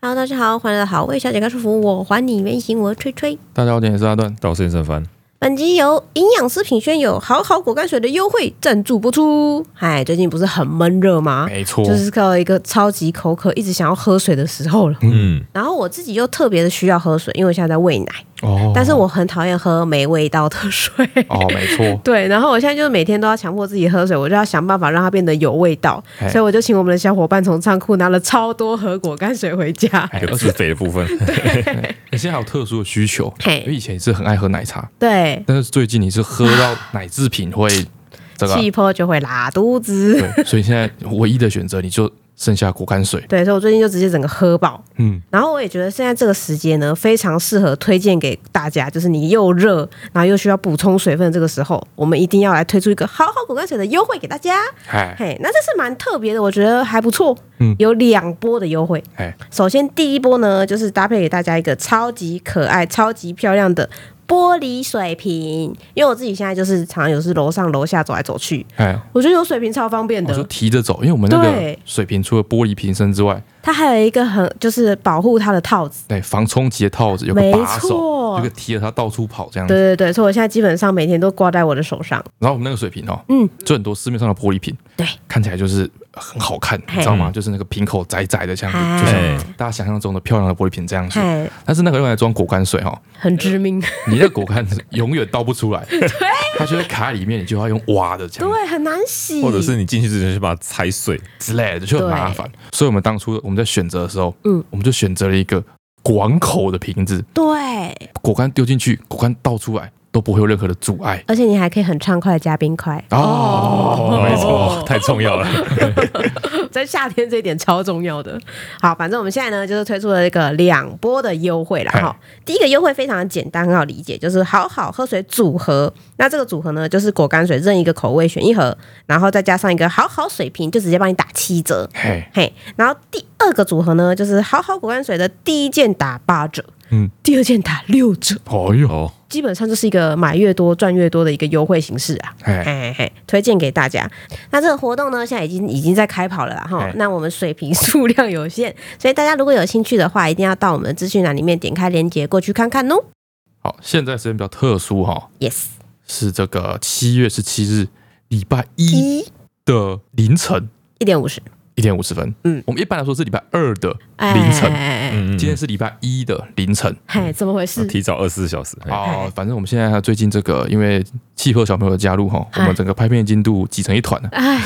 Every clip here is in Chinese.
Hello，大家好，欢迎来到好味小姐开束缚，我还你原形，我是吹吹。大家好，我是阿段。到我是沈凡，本集由营养师品轩有好好果干水的优惠赞助播出。嗨，最近不是很闷热吗？没错就是到一个超级口渴，一直想要喝水的时 候了。嗯，然后我自己又特别的需要喝水，因为我现在在喂奶，哦但是我很讨厌喝没味道的 水。，哦，没错对，然后我现在就是每天都要强迫自己喝水，我就要想办法让它变得有味道，嘿所以我就请我们的小伙伴从仓库拿了超多盒果干水回家。哎有自肥的 部分，你现在有特殊的需求，嘿因为以前是很爱喝奶茶，对，但是最近你是喝到奶制品会这个啊，气泡就会拉肚子。对，所以现在唯一的选择你就剩下果干水，对，所以我最近就直接整个喝爆。嗯，然后我也觉得现在这个时节呢，非常适合推荐给大家，就是你又热，然后又需要补充水分，这个时候我们一定要来推出一个好好果干水的优惠给大家。哎嘿，那这是蛮特别的，我觉得还不错。嗯有两波的优惠。哎，首先第一波呢，就是搭配给大家一个超级可爱、超级漂亮的。玻璃水瓶，因为我自己现在就是常常有时楼上楼下走来走去，哎，我觉得有水瓶超方便我就的。提着走，因为我们那个对水瓶除了玻璃瓶身之外，它还有一个很就是保护它的套子，对，防冲击的套子有个没把手，错有个提着它到处跑这样对子。对对，所以我现在基本上每天都挂在我的手上。然后我们那个水瓶哦，嗯，就很多市面上的玻璃瓶，对，看起来就是很好看，你知道吗？就是那个瓶口窄窄的，这样子，就哎像大家想象中的漂亮的玻璃瓶这样子。嗨，但是那个用来装果干水哈、哦，哎很致 命，你那果干是永远倒不 出来，它就会卡在里面，你就要用挖的这样对，很难洗。或者是你进去之前就把它踩碎，之类的，就很麻烦。所以我们当初我们在选择的时候，嗯嗯，我们就选择了一个广口的瓶子，对，果干丢进去，果干倒出来都不会有任何的阻碍。而且你还可以很畅快地加冰块，哦，没错，太重要了， 在夏天这一点超重要的。好，反正我们现在呢就是推出了一个两波的优惠了哎嗨哈。第一个优惠非常的简单，很哦好理解，就是好好喝水组合。那这个组合呢，就是果干水任一个口味选一盒，然后再加上一个好好水瓶，就直接帮你打七折。 嘿，嘿，然后第二个组合呢，就是好好果干水的第一件打八折，嗯，第二件打六折，哦哟，哦，基本上就是一个买越多赚越多的一个优惠形式啊。嘿，嘿嘿，推荐给大家。那这个活动呢，现在已经已经在开跑了啦哈哎。那我们水瓶数量有限， 所以大家如果有兴趣的话，一定要到我们的资讯栏里面点开链接过去看看哦。好，现在时间比较特殊哈、哦， Yes，是这个七月十七日礼拜一一的凌晨一点五十，一点五十分。嗯嗯，我们一般来说是礼拜二的哎凌晨，哎，嗯，今天是礼拜一的凌晨。嘿，怎么回事？提早二十四小时，哎哦，反正我们现在最近这个，因为气候小朋友的加入哈，我哎们整个拍片进度挤成一团了，哎，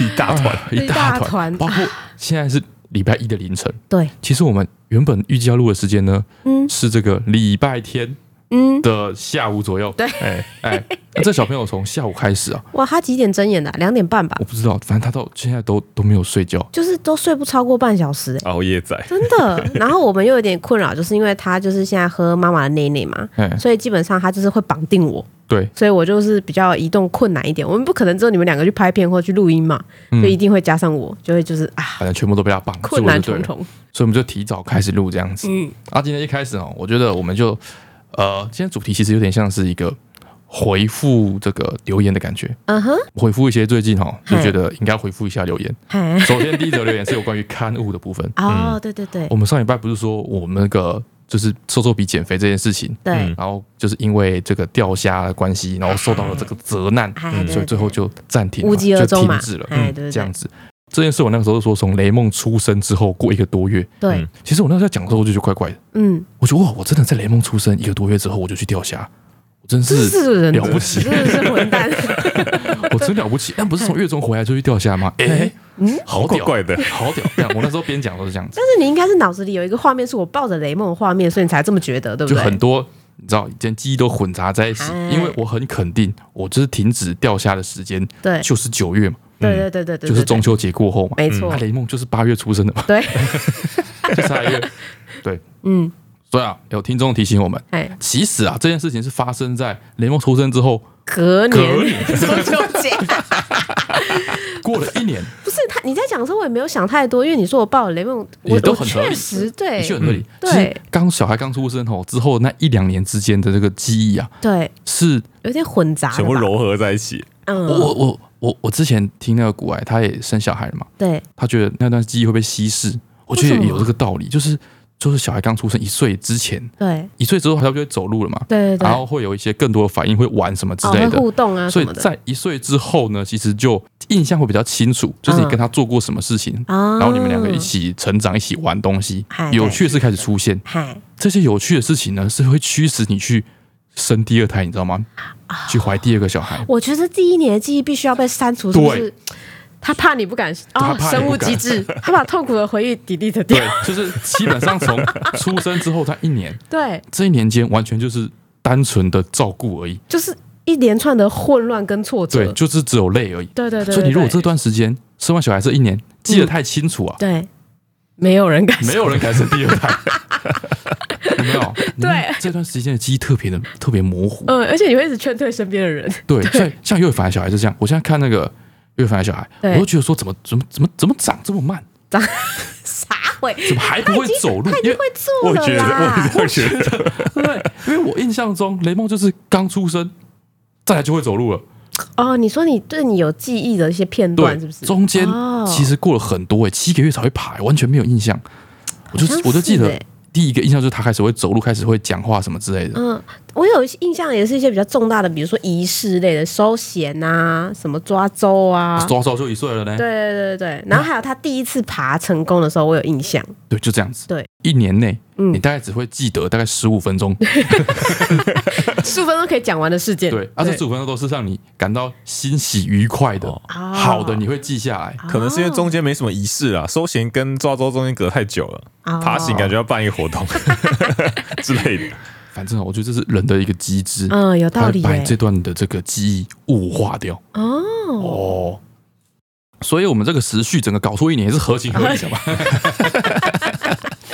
一大团， 一 大一大团团，啊包括现在是礼拜一的凌晨。对，其实我们原本预计要录的时间呢，嗯是这个礼拜天嗯，的下午左右。对哎哎，那这小朋友从下午开始啊，哇，他几点睁眼的啊？两点半吧我，不知道，反正他到现在都都没有睡觉。就是都睡不超过半小时、哎熬夜仔，真的。然后我们又有点困扰，就是因为他就是现在喝妈妈的奶奶嘛，哎，所以基本上他就是会绑定我。对，所以我就是比较移动困难一点。我们不可能只有你们两个去拍片或去录音嘛，嗯就一定会加上我，就会就是啊，反正全部都被他绑住困了，难就对重了。重。所以我们就提早开始录这样子。嗯，啊，今天一开始哦，我觉得我们就呃，今天主题其实有点像是一个回复这个留言的感觉，嗯哼，回复一些最近哦，嗯就觉得应该回复一下留言。哎，。首先第一则留言是有关于刊物的部分哦，对对对我们上礼拜不是说我们那个就是瘦瘦笔减肥这件事情，对嗯，然后就是因为这个钓虾的关系，然后受到了这个责难，嗯哎，对所以最后就暂停了，无疾而终就嘛停止了，，哎，对这对样子。这件事我那个时候说，从雷梦出生之后过一个多月，对嗯，其实我那时候在讲的时候我就觉得怪怪的。嗯，我觉得哇，我真的在雷蒙出生一个多月之后，我就去钓虾，我真这是是人了不 起真的是混 蛋，我真了不起。但不是从月中回来就去钓虾吗？哎、 嗯。好怪屌，怪的，好屌！这样我那时候边讲都是这样子，但是你应该是脑子里有一个画面，是我抱着雷梦的画面，所以你才这么觉得，对不就对？很多你知道，以前记忆都混杂在一起哎。因为我很肯定，我就是停止钓虾的时间对就是九月嘛，对对对对对，就是中嗯秋，秋节过后嘛。没错啊，，雷梦就是八月出生的 嘛，对，就差 一个。对，嗯，所以啊，有听众提醒我们，哎，其实啊，这件事情是发生在雷梦出生之后隔年 隔年中秋节，过了一年。不是他，你在讲的时候我也没有想太多，因为你说我抱着雷梦，我也都我很合理确实 对，嗯的确很合理。对其实刚小孩刚出生吼之后那一两年之间的这个记忆啊，对，是有点混杂了吧，全部糅合在一起，嗯，我我我我我之前听那个古埃，他也生小孩了嘛，对，他觉得那段记忆会被稀释，我觉得也有这个道理，就是就是小孩刚出生一岁之前，对，一岁之后他就会走路了嘛，对对对，然后会有一些更多的反应，会玩什么之哦，类会的。互动啊所什以么的，在一岁之后呢，其实就印象会比较清楚，就是你跟他做过什么事情，嗯啊，哎然后你们两个一，起成长，一起玩东西嗨，有趣的事开始出现。嗨，这些有趣的事情呢，是会驱使你去生第二胎，你知道吗？啊去怀第二个 小孩。我觉得第一年的记忆必须要被删除，是不是？他怕你不敢他哦，怕你生不物敢机 制，他把痛苦的回忆 delete 对掉。，就是基本上从出生之后，他一年对，这一年间，完全就是单纯的照顾而已。就是一连串的混乱跟挫折。对，就是只有累而已。对对对对嗯所以你如果对这段时间生完小孩这一年记得太 清楚啊，对，没有人敢没有人敢生第 二胎，有没有？你对这段时间的记忆特别的特别模糊。嗯，而且你会一直劝退身边的 人。对，所以像幼凡的小孩是这样，我现在看那个幼凡的小孩，对我都觉得说怎么怎么怎么怎么长这么 慢，啥鬼？怎么还不会走他路已？因经为啊会我做也了觉得，我也啦。这样 觉得。对不对？因为我印象中雷梦就是刚出生，再来就会走路了。哦，你说你对你有记忆的一些片对段，是不是？中间哦其实过了很多诶、七个月才会爬、完全没有印象。我就好像我就记是得欸第一个印象就是他开始会走路，开始会讲话什么之类的。嗯，我有印象也是一些比较重大的，比如说仪式类的，收弦啊，什么抓周啊。抓手就一岁了呢对，对对对对，然后还有他第一次爬成功的时候，我有印 象。对，就这样子。对，一年内嗯你大概只会记得大概十五分 钟，十五分钟可以讲完的事件。对，而这十五分钟都是让你感到欣喜愉快的哦、好的，你会记下啊来。可能是因为中间没什么仪式啊，收钱跟抓周中间隔太久了，哦爬行啊感觉要办一个 活动之类的。哎反正我觉得这是人的一个机制，嗯，有道它理会把你耶。这段的这个记忆物化掉。哦，哦，所以我们这个时序整个搞错一年也是合情合 理的嘛。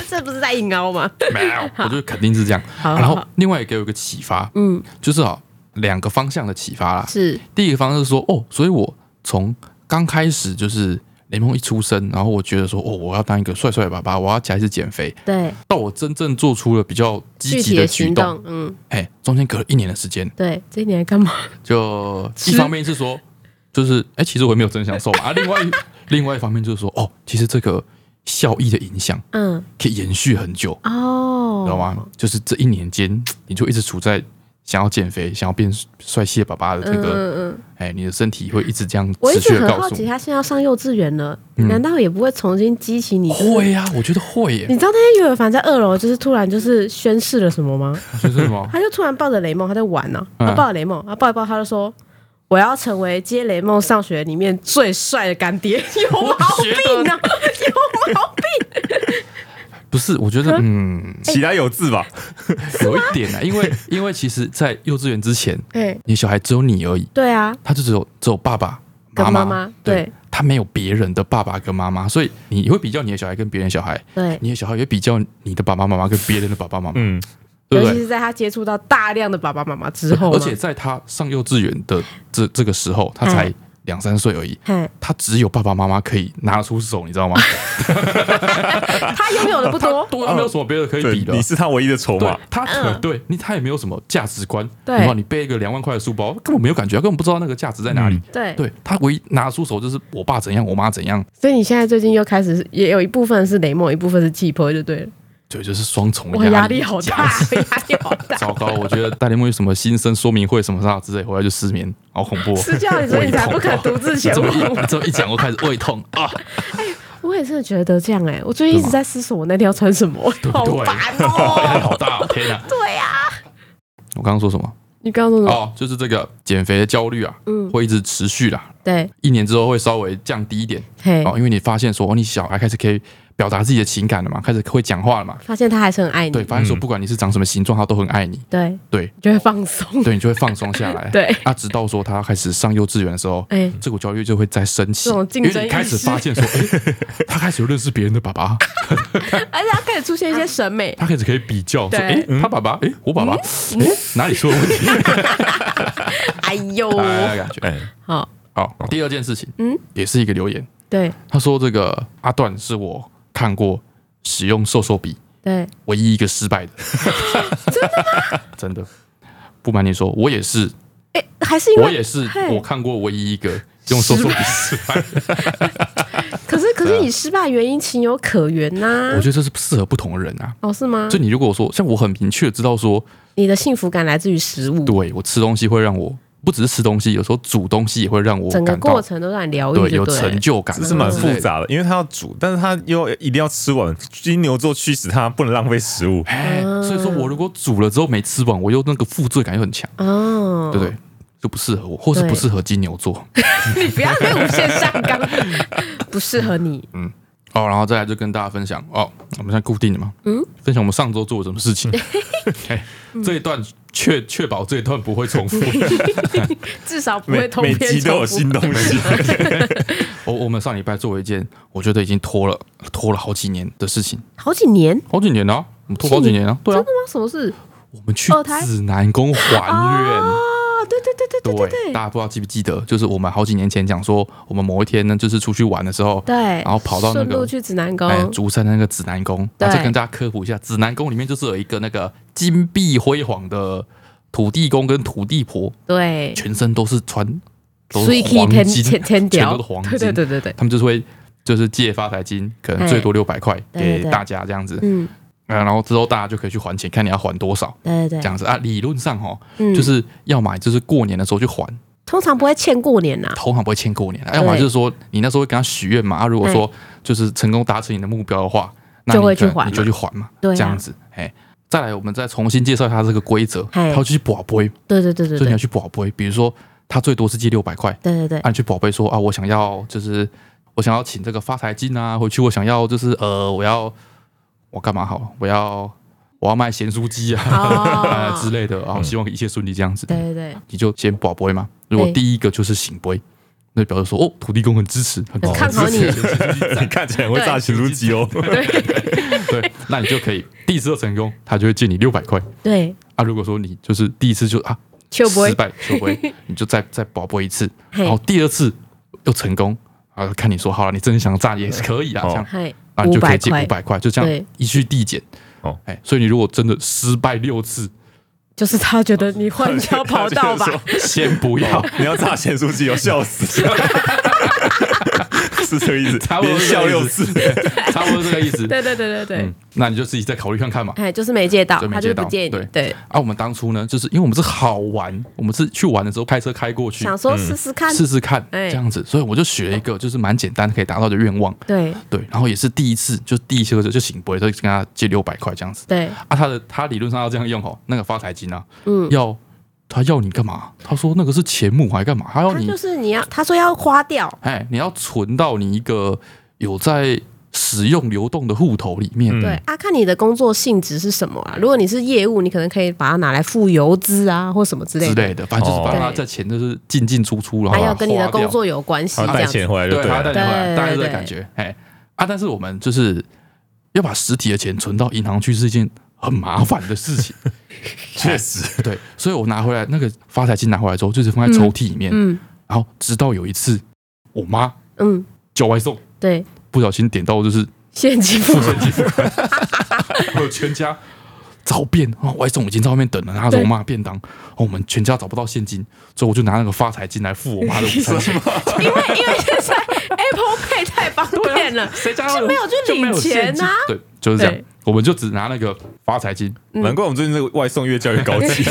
这不是在硬凹吗？没有，我觉得肯定是这样。好然好后好另外也给我一个启发，嗯，就是啊、两个方向的启发啦。是第一个方向是说，哦，所以我从刚开始就是雷蒙一出生，然后我觉得说，哦，我要当一个帅帅的爸爸，我要加一次减肥，对到我真正做出了比较积具极体的的举行动，动。嗯，哎，中间隔了一年的时间，对，这一年干嘛？就吃一方面是说，就是哎，其实我也没有真想瘦嘛，啊，另外一 另外一方面就是说，哦，其实这个效益的影响嗯，可以延续很久，哦，知道吗？就是这一年间，你就一直处在想要减肥、想要变帅气的爸爸的这嗯？个，嗯嗯，哎、你的身体会一直这样我一持直续的很告好诉奇，你。他现在要上幼稚园了，嗯难道也不会重新激起你？就是会呀、啊我觉得会耶、你知道那天幼儿园在二楼，就是突然就是宣誓了什么 吗？就是什么？他就突然抱着雷梦，他在玩呢、嗯他抱着雷梦，他抱一抱，他就说：“我要成为接雷梦上学里面最帅的干爹。” 有毛病啊！有毛病！ 不是，我觉得嗯，其他有字吧？有一点啊，因为因为其实，在幼稚园之前，哎、你小孩只有你而已，对啊，他就只有只有爸爸。跟妈妈妈对他没有别人的爸爸跟妈妈，所以你会比较你的小孩跟别人小孩，对，你的小孩也比较你的爸爸妈妈跟别人的爸爸妈妈，嗯，对不尤对其？是在他接触到大量的爸爸妈妈之后嘛，而且在他上幼稚园的这这个时候，他才哎两三岁而已，嘿，他只有爸爸妈妈可以拿出手，你知道吗？，他拥有的 不多多他没有什么别的可以哦对比，的你。是他唯一的筹对码。他，呃嗯对你，他也没有什么价值观。对然后你背一个两万块的书包，根本没有感觉，根本不知道那个价值在哪里。对对 他唯一拿出手就是我爸怎样，我妈怎样，所以你现在最近又开始是也有一部分是雷梦，一部分是气魄，就对了。对，就是双重哇，力。压力好这样大子，压力好大。糟糕，我觉得大联盟有什么新生说明会什么啊啥之类，回来就失眠，好恐怖哦。是这样，所以你才不肯独自前这啊么往。一这么一讲，我开始胃痛啊。我也是觉得这样哎、我最近一直在思索我那天要穿什么，好对烦压力 哦、好大、哦，天哪！对呀、我刚刚说什么？你刚刚说什么？哦，就是这个减肥的焦虑啊，嗯，会一直持续啦，对，一年之后会稍微降低一点嘿，哦，因为你发现说，哦，你小孩开始可以表达自己的情感了嘛，开始会讲话了嘛，发现他还是很爱你，对，发现说嗯不管你是长什么形状，他都很爱你，对，对，你就会放松，对你就会放松下来， 对啊，直到说他开始上幼稚园的时候。哎，这股焦虑就会再升起，这种因竞争为你开始意识发现说，哎，他开始有认识别人的爸爸，而且他开始出啊现一些审 美，他开始可以比较，说，对嗯哎，他爸爸，哎，我爸爸，哎，哪里出了问题？哎呦，哎，感觉。哎，好，好，第二件事情，嗯，也是一个留言，对他说这个阿段是我看过使用瘦瘦笔对，唯一一个失 败的，真的吗？真的。不瞒你说，我也是，哎，还是因我为也是嘿，我看过唯一一个用说说不失败，可是可是你失败原因情有可原呐、啊我觉得这是适合不同的人啊。哦，是吗就？你如果说像我很明确知道说，你的幸福感来自于食物，对我吃东西会让我不只是吃东西，有时候煮东西也会让我整个感过到程都让你疗愈，对就有对了成就感，啊这是蛮复。杂的，因为它要煮，但是它又要一定要吃完。金牛座驱使它不能浪费食物，哎，嗯所以说我如果煮了之后没吃完，我又那个负罪感又很强，哦。对不对？就不适合我，或是对不适合金牛座。你不要再无限上纲，不适合你。哦，然后再来就跟大家分享哦，我们现在固定的嘛，嗯，分享我们上周做了什么 事情。哎嗯这一段确确保这一段不会 重复。至少不会每通每篇集都有重复。新东西。我我们上礼拜做了一件，我觉得已经拖了拖了好几年的事情，好几年，好几年了、啊，我们拖好几年了、啊，对啊真的，吗？什么事？我们去二胎指南宫还愿。哦，对对对对对对大对家不知道记不记得，就是我们好几年前讲说，我们某一天呢，就是出去玩的时候，对，然后跑到那个顺路去指南宫，哎，竹山的那个指南宫，哦对然后再跟大家科普一下，指南宫里面就是有一个那个金碧辉煌的土地公跟土地婆，对，全身都是穿都所以是可以黄天金，天天全条都是黄，金，对对对对对，他们就是会就是借发财金，可能最多六百块对对给对大家这样子，嗯，啊，然后之后大家就可以去还钱，看你要还多少对对这对，样子啊。理论上哦，嗯就是要买就是过年的时候去还，通常不会欠过年啊呐，投行不会签过年的，要么就是说你那时候会跟他许愿嘛，啊，如果说就是成功达成你的目标的话，那你就会去可能还嘛你就去还嘛，对啊这样子，哎。再来，我们再重新介绍一下这个规则，嘿他要去保杯，对对对对所以你对要去保杯。比如说，他最多是借六百块，对对对，按去保杯说啊，我想要就是我想要请这个发财金啊，回去我想要就是呃，我要我干嘛好了，我要我要卖咸酥鸡啊、哦啊 之类的啊，希望一切顺利这样子。对对对，你就先保杯嘛。如果第一个就是醒杯，那表示说哦，土地公很支持，很很看好你支持支持支持 支持你看起来很会炸起路基哦，对，那你就可以第一次就成功，他就会借你六百块对，啊。如果说你就是第一次就啊就不失会败求杯，你就再再保杯一次，嘿然后第二次又成功。啊，看你说好了，你真的想炸也是可以啊，哦这样，嗨啊，你就可以借500五百块，就这对样依序递减。哦哦，哎，所以你如果真的失败六次，就是他觉得你 换条跑道吧，先不要，你要炸咸酥鸡哦，笑 死！是这个意思差，不多连是这笑个六意次思， 差不多是这个意思。对对对对对嗯，，那你就自己再考虑看看嘛。哎，就是没借到，就没他就借到不借你对，对，啊，我们当初呢，就是因为我们是好玩，我们是去玩的时候开车开过去想说试试看，试试看哎这样子，所以我就许了一个就是蛮简单可以达到的愿望，对对，然后也是第一次，就第一次的时候就醒不会，就跟他借六百块这样子。对，啊，他的他理论上要这样用哦，那个发财金啊，嗯，要他要你干嘛？他说那个是钱母还干嘛？他要他你就是你要，他说要花掉，哎，你要存到你一个有在使用流动的户头里面，嗯对啊，看你的工作性质是什么啊。如果你是业务，你可能可以把它拿来付邮资啊，或什么之类之的。类的，反正就是哦把他这钱就是进进出出，然还后要跟你的花掉工作有关系，他这带样子钱回来就对，对他带了。你回对来，大概是这个对感觉，哎啊，但是我们就是要把实体的钱存到银行去是一件很麻烦的事情，确实，对，所以我拿回来那个发财金拿回来之后，就是放在抽屉里面，嗯然后直到有一次我妈嗯，叫外送，对，不小心点到就是 现金付款，我全家找遍啊，外送已经在外面等了，然后说我妈便当，哦我们全家找不到现金，所以我就拿那个发财金来付我 妈的午餐钱。因为因为现在 Apple Pay 太方便了，谁家就没有去就没有领钱现金啊对，就是这样对，我们就只拿那个发财金，嗯难怪我们最近这个外送越叫越高级。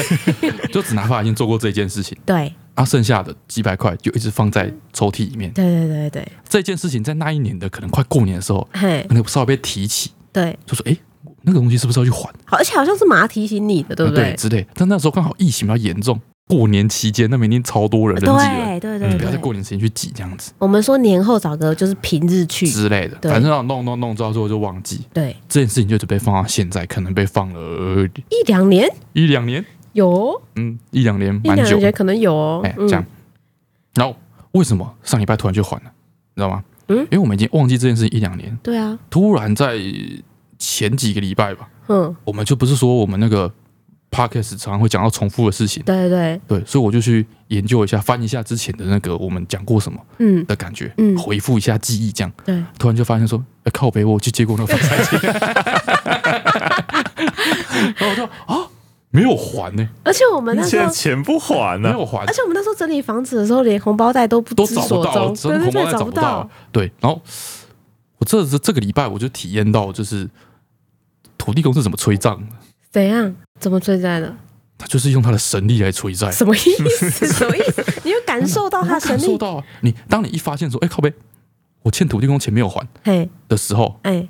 就只拿发财金做过这件事情， 对啊，剩下的几百块就一直放在抽屉里面。对对对对，这件事情在那一年的可能快过年的时候，嘿可，能稍微被提起，对，就说哎。诶那个东西是不是要去还？啊好，而且好像是马提醒你的，对不对对？之类的。但那时候刚好疫情比较严重，过年期间那边一定超多人人挤人，对对嗯对不要在对，过年时间去挤这样子我们说年后找个就是平日去，之类的。对反正要弄弄弄，到最后就忘记对，这件事情，就只被放到现在，可能被放了呃一两年一两年，有哦，嗯，一两年一蛮两久的年可能有哦哎，，嗯这样。然后为什么上礼拜突然就还了？你知道吗？嗯因为我们已经忘记这件事情一两年，对啊，突然在前几个礼拜吧，嗯，我们就不是说我们那个 podcast 常常会讲到重复的事情，对对对，对，所以我就去研究一下，翻一下之前的那个我们讲过什么嗯的感觉，嗯回复一下记忆，这样对。突然就发现说，哎靠 北，我有去接过那个发财金，然后我就啊。没有还呢、而且我们 那时现候在，钱不还啊没呢、有还而，且我们那时候整理房子的时候，连红包袋都不都知找不所到，踪，真对的对红包对，袋找找不不到。。对，然后我这这这个礼拜我就体验到，就是土地公是怎么催账的，怎样？怎么存在的？他就是用他的神力来催债。什么意思？什么意思？你有感受到我他神感受 力？到啊，你当你一发现说，哎、靠背，我欠土地公钱没有还嘿，的时候，哎，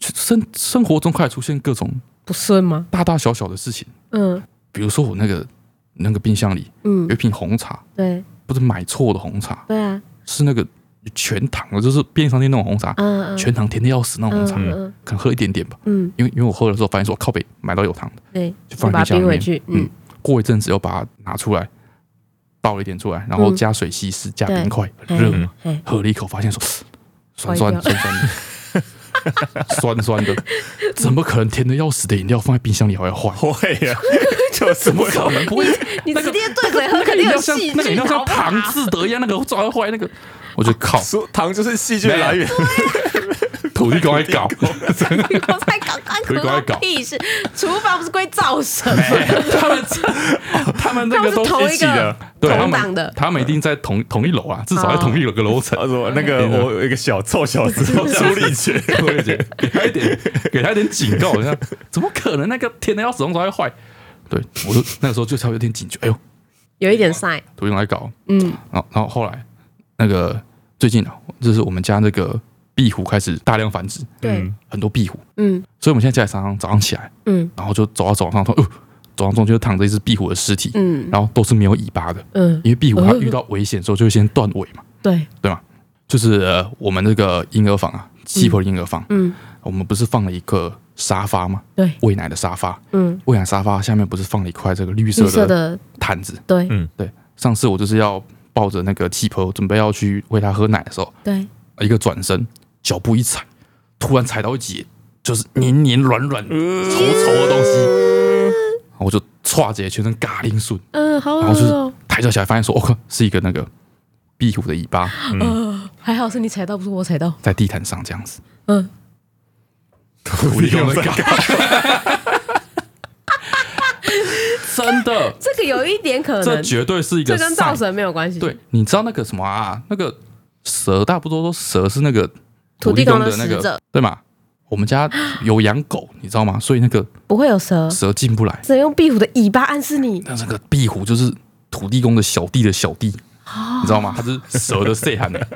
生生活中开始出现各种不顺吗？大大小小的事情，嗯比如说我那个那个冰箱里嗯有一，瓶红茶，对不是买错的红茶，对啊，是那个全糖的，就是便利商店那种红茶，嗯嗯，全糖甜的要死那种红嗯茶，嗯可能喝一点点吧。嗯，因为因为我喝的时候发现说靠北买到有糖的，对，就放你把它冰箱里冰回面。去，嗯嗯，过一阵子又把它拿出来，倒了一点出来，嗯然后加水稀释，加冰块，很热嘛。嘿， 喝了一口，发现说酸坏酸掉酸酸的，酸酸的，怎么可能甜的要死的饮料放在冰箱里还会坏？会啊呀、 就是怎么会可 能不会？你直接对嘴喝那肯个饮定有料像细那个菌，饮料好像不好啊唐志德一样，那个早会坏那个，我就靠说糖就是细菌来源，土地公来 搞， 我在搞干可以过来搞屁事！厨房不是归灶神吗？ 他们他们那个都他们是同一起的，对同他档们的哦他们一定在同同一楼啊，至少在同一个楼层他。说那个我有一个小臭小 子处理 权，我也觉得给他一点，给他一点警告，好像怎么可能那个甜的要死红茶会坏？对我就那个时候就稍微有点警觉，哎呦，有一点晒，土地公来搞，嗯，然后然后后来那个最近啊，就是我们家那个壁虎开始大量繁殖，对，很多壁虎，嗯所以我们现在家里常常早上起来，嗯然后就走到走廊上，说，哦，走廊中就躺着一只壁虎的尸体，嗯然后都是没有尾巴的，嗯，因为壁虎它遇到危险的时候就会先断尾嘛，对，对吗？就是、呃我们那个婴儿房啊，七婆的婴儿房，嗯我们不是放了一个沙发吗？对，喂奶的沙发，嗯，喂奶沙发下面不是放了一块这个绿绿色色的嗯的，毯子？对对，上次我就是要抱着那个气泡，准备要去喂它喝奶的时候，对，一个转身，脚步一踩，突然踩到一节就是黏黏软软、稠稠的东西，我就歘姐全身嘎铃顺，嗯，好然后就是恶抬脚起来发现说，我、靠，是一个那个壁虎的尾 巴哦，还好是你踩到，不是我踩到，在地毯上这样子， 嗯，土地公在搞，真的。这个有一点可这能，绝对是一个这跟灶 sign 神没有关系，对，，你知道那个什么啊？那个蛇，大不多都蛇是那个土地地公的那使个者，对嘛？我们家有养狗，你知道吗？所以那个不会有蛇，蛇进不来。只能用壁虎的尾巴暗示 你，那那个壁虎就是土地公的小弟的小弟，你知道吗？他是蛇的岁寒 的，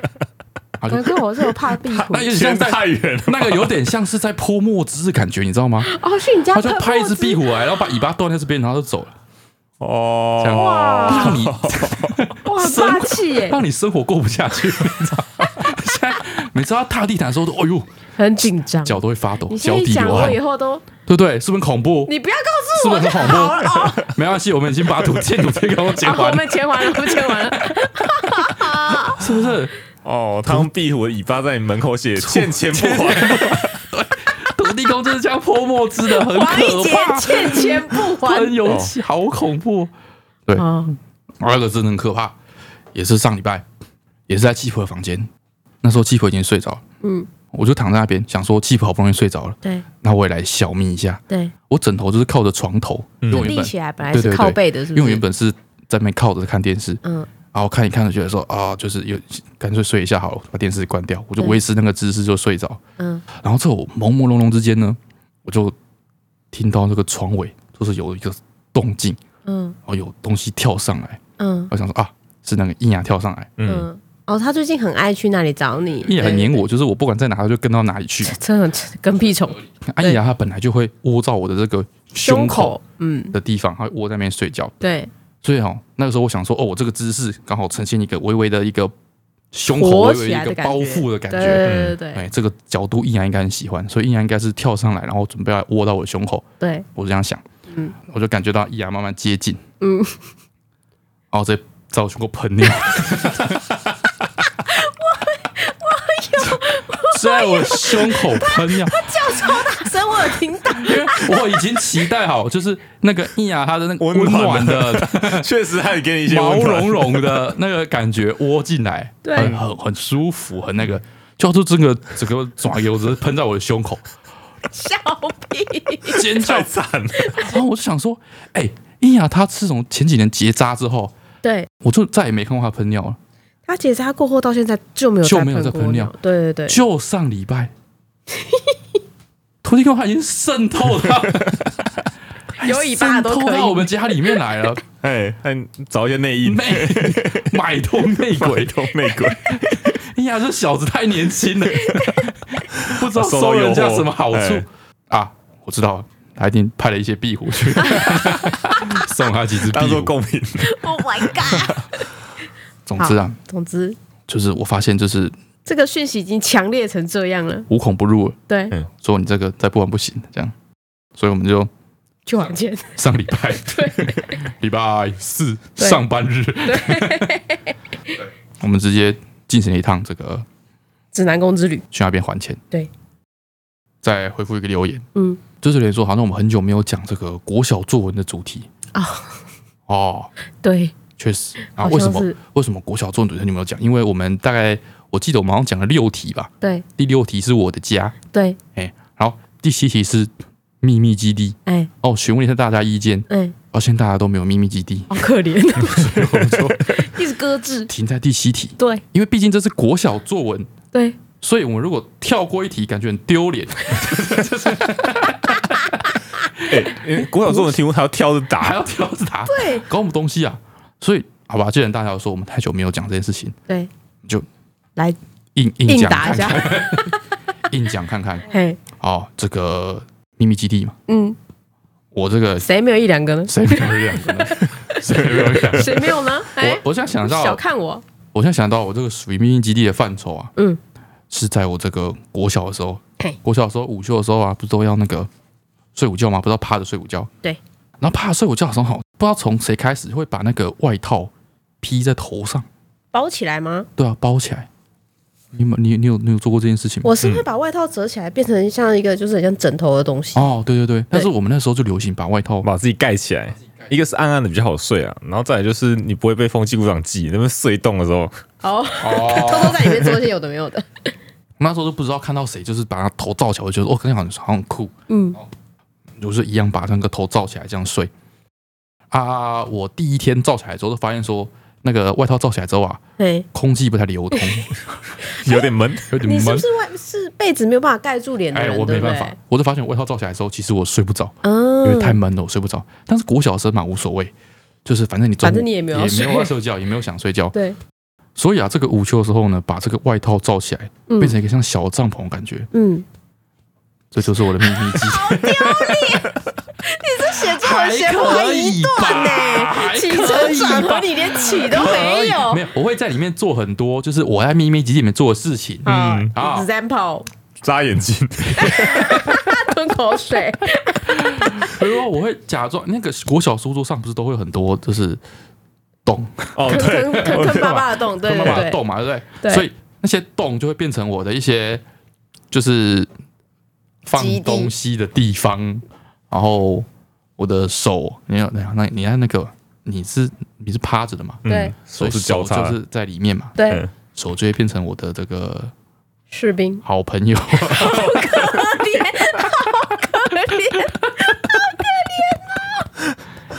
他就难怪我是有怕壁虎那，有点圈像在太远了。那个有点像是在泼墨汁的感觉，你知道吗？哦，去你家他就喷拍一墨只汁壁虎来，然后把尾巴断在这边，然后就走了，这样哦，让你哇，很霸气 耶，让你生活过不下去， 你知道吗？现在每次他踏地毯的时候都，哎呦，很紧张。脚都会发抖，你现脚在一底啊讲，流我汗以，后都，对不对？是不是很恐怖？你不要是告诉不我是就很 恐好了哦。怖？没关系，我们已经把土建土地公捡啊，完我了，们签完了，我们签完了，是不是？哦，他用壁虎的尾巴在你门口 写欠钱不还， 土地公就是这样泼墨汁的，很王一可杰 怕，欠钱不很还。有气，好恐怖。哦，那个真的很可怕，也是上礼拜，也是在气婆的房间，那时候气婆已经睡着了，嗯，我就躺在那边想说气婆好不容易睡着了，对那我也来小眯一下。对，我枕头就是靠着床头，因为我原立本起来本来对是对靠对，背的，是不因为我是原？本是在那边靠着看电视，嗯，然后看一看就觉得说啊，就是有干脆睡一下好了，把电视关掉，我就对维持那个姿势就睡着。嗯，然后在我朦朦胧胧之间呢，我就听到那个床尾就是有一个动静，嗯然后有东西跳上来，嗯我想说啊，是那个硬牙跳上来，嗯，嗯。哦，他最近很爱去那里找你，硬牙很黏对，我，就是我不管在哪，它就跟到哪里去。真的跟屁虫，啊，硬牙它本来就会窝到我的这个胸胸口口，嗯，的地方，它会窝在那边睡觉，对，所以哦，那个时候我想说，哦，我这个姿势刚好呈现一个微微的一个胸口活微微起的来一个的感觉包覆的感对觉，对对对哎，这个角度印阳应该很喜欢，所以印阳应该是跳上来，然后准备要窝到我的胸口，对，我这样想，嗯我就感觉到印阳慢慢接近，嗯， 然后直接在我胸口喷尿。我我有，在我胸口喷尿，叫超大声，我有听到，因为我已经期待好，就是那个印牙它的那个温温暖暖的、 确实还给你一些毛温暖茸茸的那个感觉窝进来， 对 很很很舒服，很那个，就是这个整个爪油直喷在我的胸口，笑 屁！尖叫太！惨了，然后我就想说，哎、伊雅她自从前几年结扎之后，对我就再也没看过她喷尿了。他结扎过后到现在就没有就再没有再过喷尿尿，对对对，就上礼拜， 土地公他已经渗透到， 有尾巴都渗可以透到我们家里面来 了，哎，还找一些内衣，内买通内鬼鬼。头内鬼，哎呀，这小子太 年轻了，不知道受啊收到诱惑人家什么好处哎啊！我知道了，他一定派了一些壁虎 去送他几只壁当做虎。贡品。 Oh my god！总之啊，总之，就是我发现就是这个讯息已经强烈成这样了，无孔不入了，对，说你这个再不玩不行，这样，所以我们就去往前，上礼 拜，礼拜四对上班日，对我们直接进行了一趟这个指南宫之旅，去那边还钱。对，再回复一个留言，嗯，就是有人说，好像我们很久没有讲这个国小作文的主题哦哦，对，确实啊，好为什像么是为什么国小作文主题你没有讲？因为我们大概我记得我们好像讲了六题吧，对第六题是我的家，对，哎，然后第七题是秘密基地哎哦，询问一下大家意见，哎，发现大家都没有秘密基地，好可 怜，所以我们就 一直搁置，停在第七题，对因为毕竟这是国小作文，对，所以我们如果跳过一题，感觉很丢脸， 哎，因为国小作文题目还要挑着还答，要挑着答，对搞什么东西啊？所以好吧，既然大家都说我们太久没有讲这件事情，对，就来硬硬应讲答看一下看，，硬讲看看。嘿，哦，这个秘密基地嘛，嗯，我这个谁没有一两个呢？谁没有两个呢？谁没有两个？谁没有呢？ 哎我，我现在想小到，看我，我现在想到我这个属于秘密基地的范畴啊，嗯，是在我这个国小的时候嘿，国小的时候午休的时候啊，不是都要那个睡午觉吗？不是要趴着睡午觉？对。然后趴着睡午觉的时候，不知道从谁开始会把那个外套披在头上，包起来吗？对啊，包起来。你们，你你有你有做过这件事情吗？我是会把外套折起来，变成像一个就是很像枕头的东西，哦，对对对，但是我们那时候就流行把外套把自己盖起来。一个是暗暗的比较好睡啊，然后再来就是你不会被风纪鼓掌挤，那边碎洞的时 候，哦，哦，偷偷在里面做一些有的没有的，那时候都不知道看到谁，就是把他头罩起来，我觉得哦，感觉好像好像很酷， 嗯，我就是一样把那个头罩起来这样睡。啊，我第一天罩起来之后，就发现说那个外套罩起来之后啊，嘿。空气不太 流通，有点闷。有点你是不闷。是外是被子没有办法盖住脸的哎，人？我没办对法，我就发现我外套罩起来之后，其实我睡不着，不对，嗯，因为太闷了，我睡不着。但是国小生嘛，无所谓，就是反正你中午反正你也没有要也没睡有要睡觉，也没有想睡觉，对，所以啊，这个午休的时候呢，把这个外套罩起来，嗯变成一个像小帐篷的感觉，嗯，这就是我的秘密基地。这写作还文写不可完以一段吧呢， 起承转合你连起都没有没。有，我会在里面做很多，就是我在秘密基地里面做的事情。好嗯好，example， 眨眼 睛，吞口水，比如说，我会假装那个国小书桌上不是都会有很多就是洞，哦，坑对，坑坑坑巴巴的洞，对坑巴巴的对对，洞嘛，对不对对？所以那些洞就会变成我的一些就是放基地东西的地方，然后我的手，你看，你看那你看那个，你是你是趴着的嘛，嗯对，所手以是交手叉，就是在里面嘛，对嗯，手就会变成我的这个士 兵，好朋友。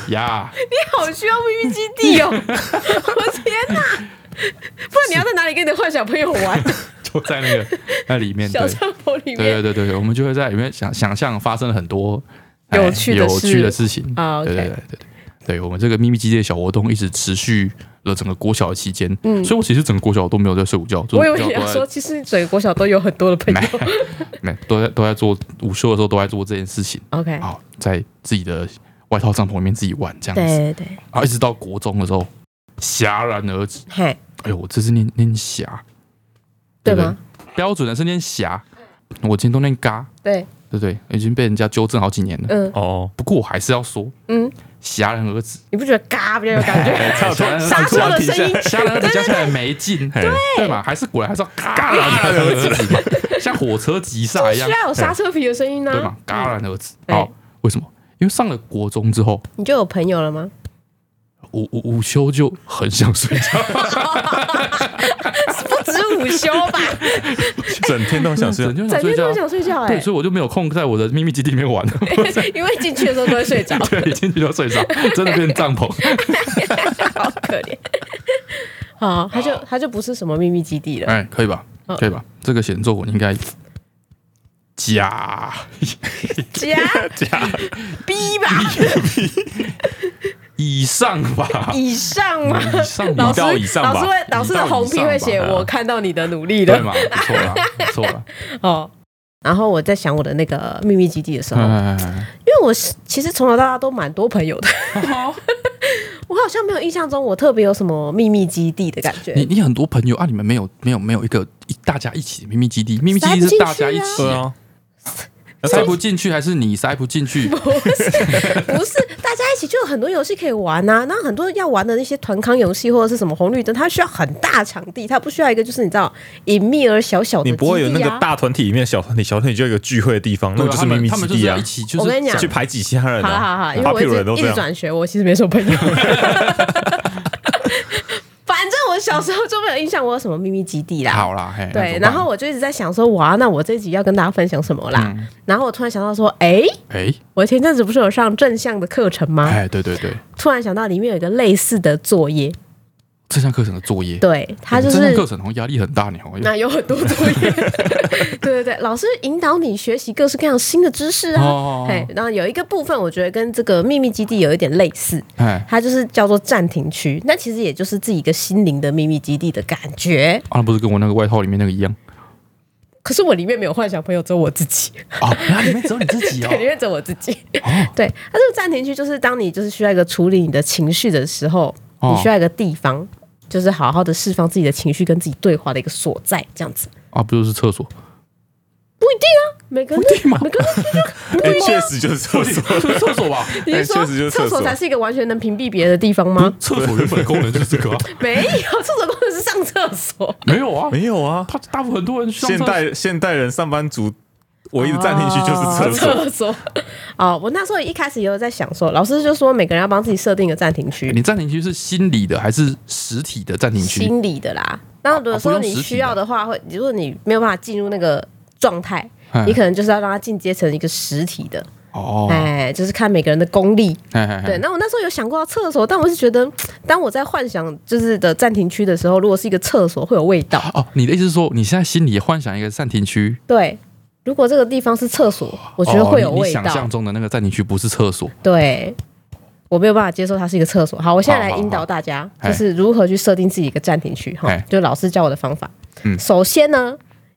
呀，你好需要秘密基地哦！ 我天哪，不然你要在哪里跟你的坏小朋友玩？就在那 个那里面，对小帐篷里对面，对对对，我们就会在里面想想象发生了很多哎有趣的有事趣的事情啊对对 OK 对对对，对我们这个秘密基地的小活动一直持续了整个国小的期间，嗯，所以我其实整个国小都没有在睡午觉，就我以是为比较你多要在说，其实整个国小都有很多的朋友。没都在都在做午休的时候都在做这件事情， OK，好，在自己的外套帐篷里面自己玩这样子，对对对，然后一直到国中的时候戛然而止，嘿，哎呦，我这是念念霞，对不吗？标准的是念霞，我今天都念嘎，对，对不对？已经被人家纠正好几年了。嗯哦，不过我还是要说，嗯，戛然而止，你不觉得嘎比较有感觉？还有突 然刹车的声音戛然而止加起来没劲，对对嘛？还是果然还是要戛然而止嘛，像火车急刹一样需，要有刹车皮的声音呢、对嘛？戛然而止。嗯好，为什么？因为上了国中之后，你就有朋友了吗？午午午休就很想睡 觉，不止午休吧，整天都想睡啊整 整天天就想觉。都睡觉想。睡觉哎、对，所以我就没有空在我的秘密基地里面玩， 因为进去的时候都会睡着， 对，进去就睡着，真的变帐篷。好可怜。 好，他就他就不是什么秘密基地了，哎，可以吧？嗯可以吧？这个显奏我应该 加加假 B 吧以上吧，以上吗？以上老吧师，道嗯以上吧老师会，老师的红批会一写道以上吧我看到你的努力对了嘛？不错啦，不 错啦。哦。然后我在想我的那个秘密基地的时候，嗯哎，因为我是其实从小到大都蛮多朋友的，哦 我好像没有印象中我特别有什么秘密基地的感觉。你你很多朋友啊，你们没有没有没有一个一大家一起的秘密基地，秘密基塞地不进去啊是大家一起对，啊，塞不进去还是你塞不进 去？不是， 不是，大家一起就有很多游戏可以玩呐、那很多要玩的那些团康游戏或者是什么红绿灯，它需要很大场地，它不需要一个就是你知道隐秘而小小的、你基地不会有那啊个。大团体里面小团体，小团体就有一个聚会的地方，那对个啊就他是秘们密他基们就是地啊要一。起，就我跟你是讲去排挤其他人好了好了，好啊，了因为爬我屁一股人直都一这直样。转学，我其实没什么朋友。 反正我小时候就没有印象我有什么秘密基地啦。好啦，嘿，那怎对么，办然后我就一直在想说，哇，那我这集要跟大家分享什么啦？嗯然后我突然想到说，哎，哎我前阵子不是有上正向的课程吗？哎，对对对，突然想到里面有一个类似的作业，这项课程的作业，对，它就这项课是程好像压力很大，你好像那有很多作 业，对对对，老师引导你学习各式各样新的知识啊。哦嘿，然后有一个部分，我觉得跟这个秘密基地有一点类似，哎，它就是叫做暂停区，那其实也就是自己一个心灵的秘密基地的感觉。啊，那不是跟我那个外套里面那个一 样可是我里面没有幻想朋友，只有我自己，哦，那里面只有你自己 对，里哦，面只有我自己。哦 对，它这个暂停区就是当你就是需要一个处理你的情绪的时候，哦你需要一个地方，就是好好的释放自己的情绪，跟自己对话的一个所在，这样子。啊，不就是厕所？每个人都 对啊嘛每个人都哎，确实就是厕所， 就是厕所吧？你哎是说确实就是厕厕所所才是一个完全能屏蔽别人的地方吗？厕所原本的功能就是这 个啊， 没有，厕所功能是上厕所。没有啊，没有啊。他大部分很多人上厕现代现代人上班族唯一的暂停区就是厕所。厕所。 哦，我那时候一开始也有在想说，老师就说每个人要帮自己设定一个暂停区，你暂停区是心理的还是实体的暂停区？心理的啦。然后如果啊说不用你实体需要的话，会如果你没有办法进入那个状态，哎你可能就是要让它进阶成一个实体的，哦，哎，就是看每个人的功力。哎哎对，，那我那时候有想过要厕所，但我是觉得，当我在幻想就是的暂停区的时候，如果是一个厕所会有味道。哦，你的意思是说，你现在心里幻想一个暂停区，对，如果这个地方是厕所，我我觉得会有味哦你想道。象中的那个暂停区不是厕所，对，我没有办法接受它是一个厕所。好，我现在好来好引导好大家，嘿就是如何去设定自己一个暂停区哈嘿，就是老师教我的方法。嗯首先呢，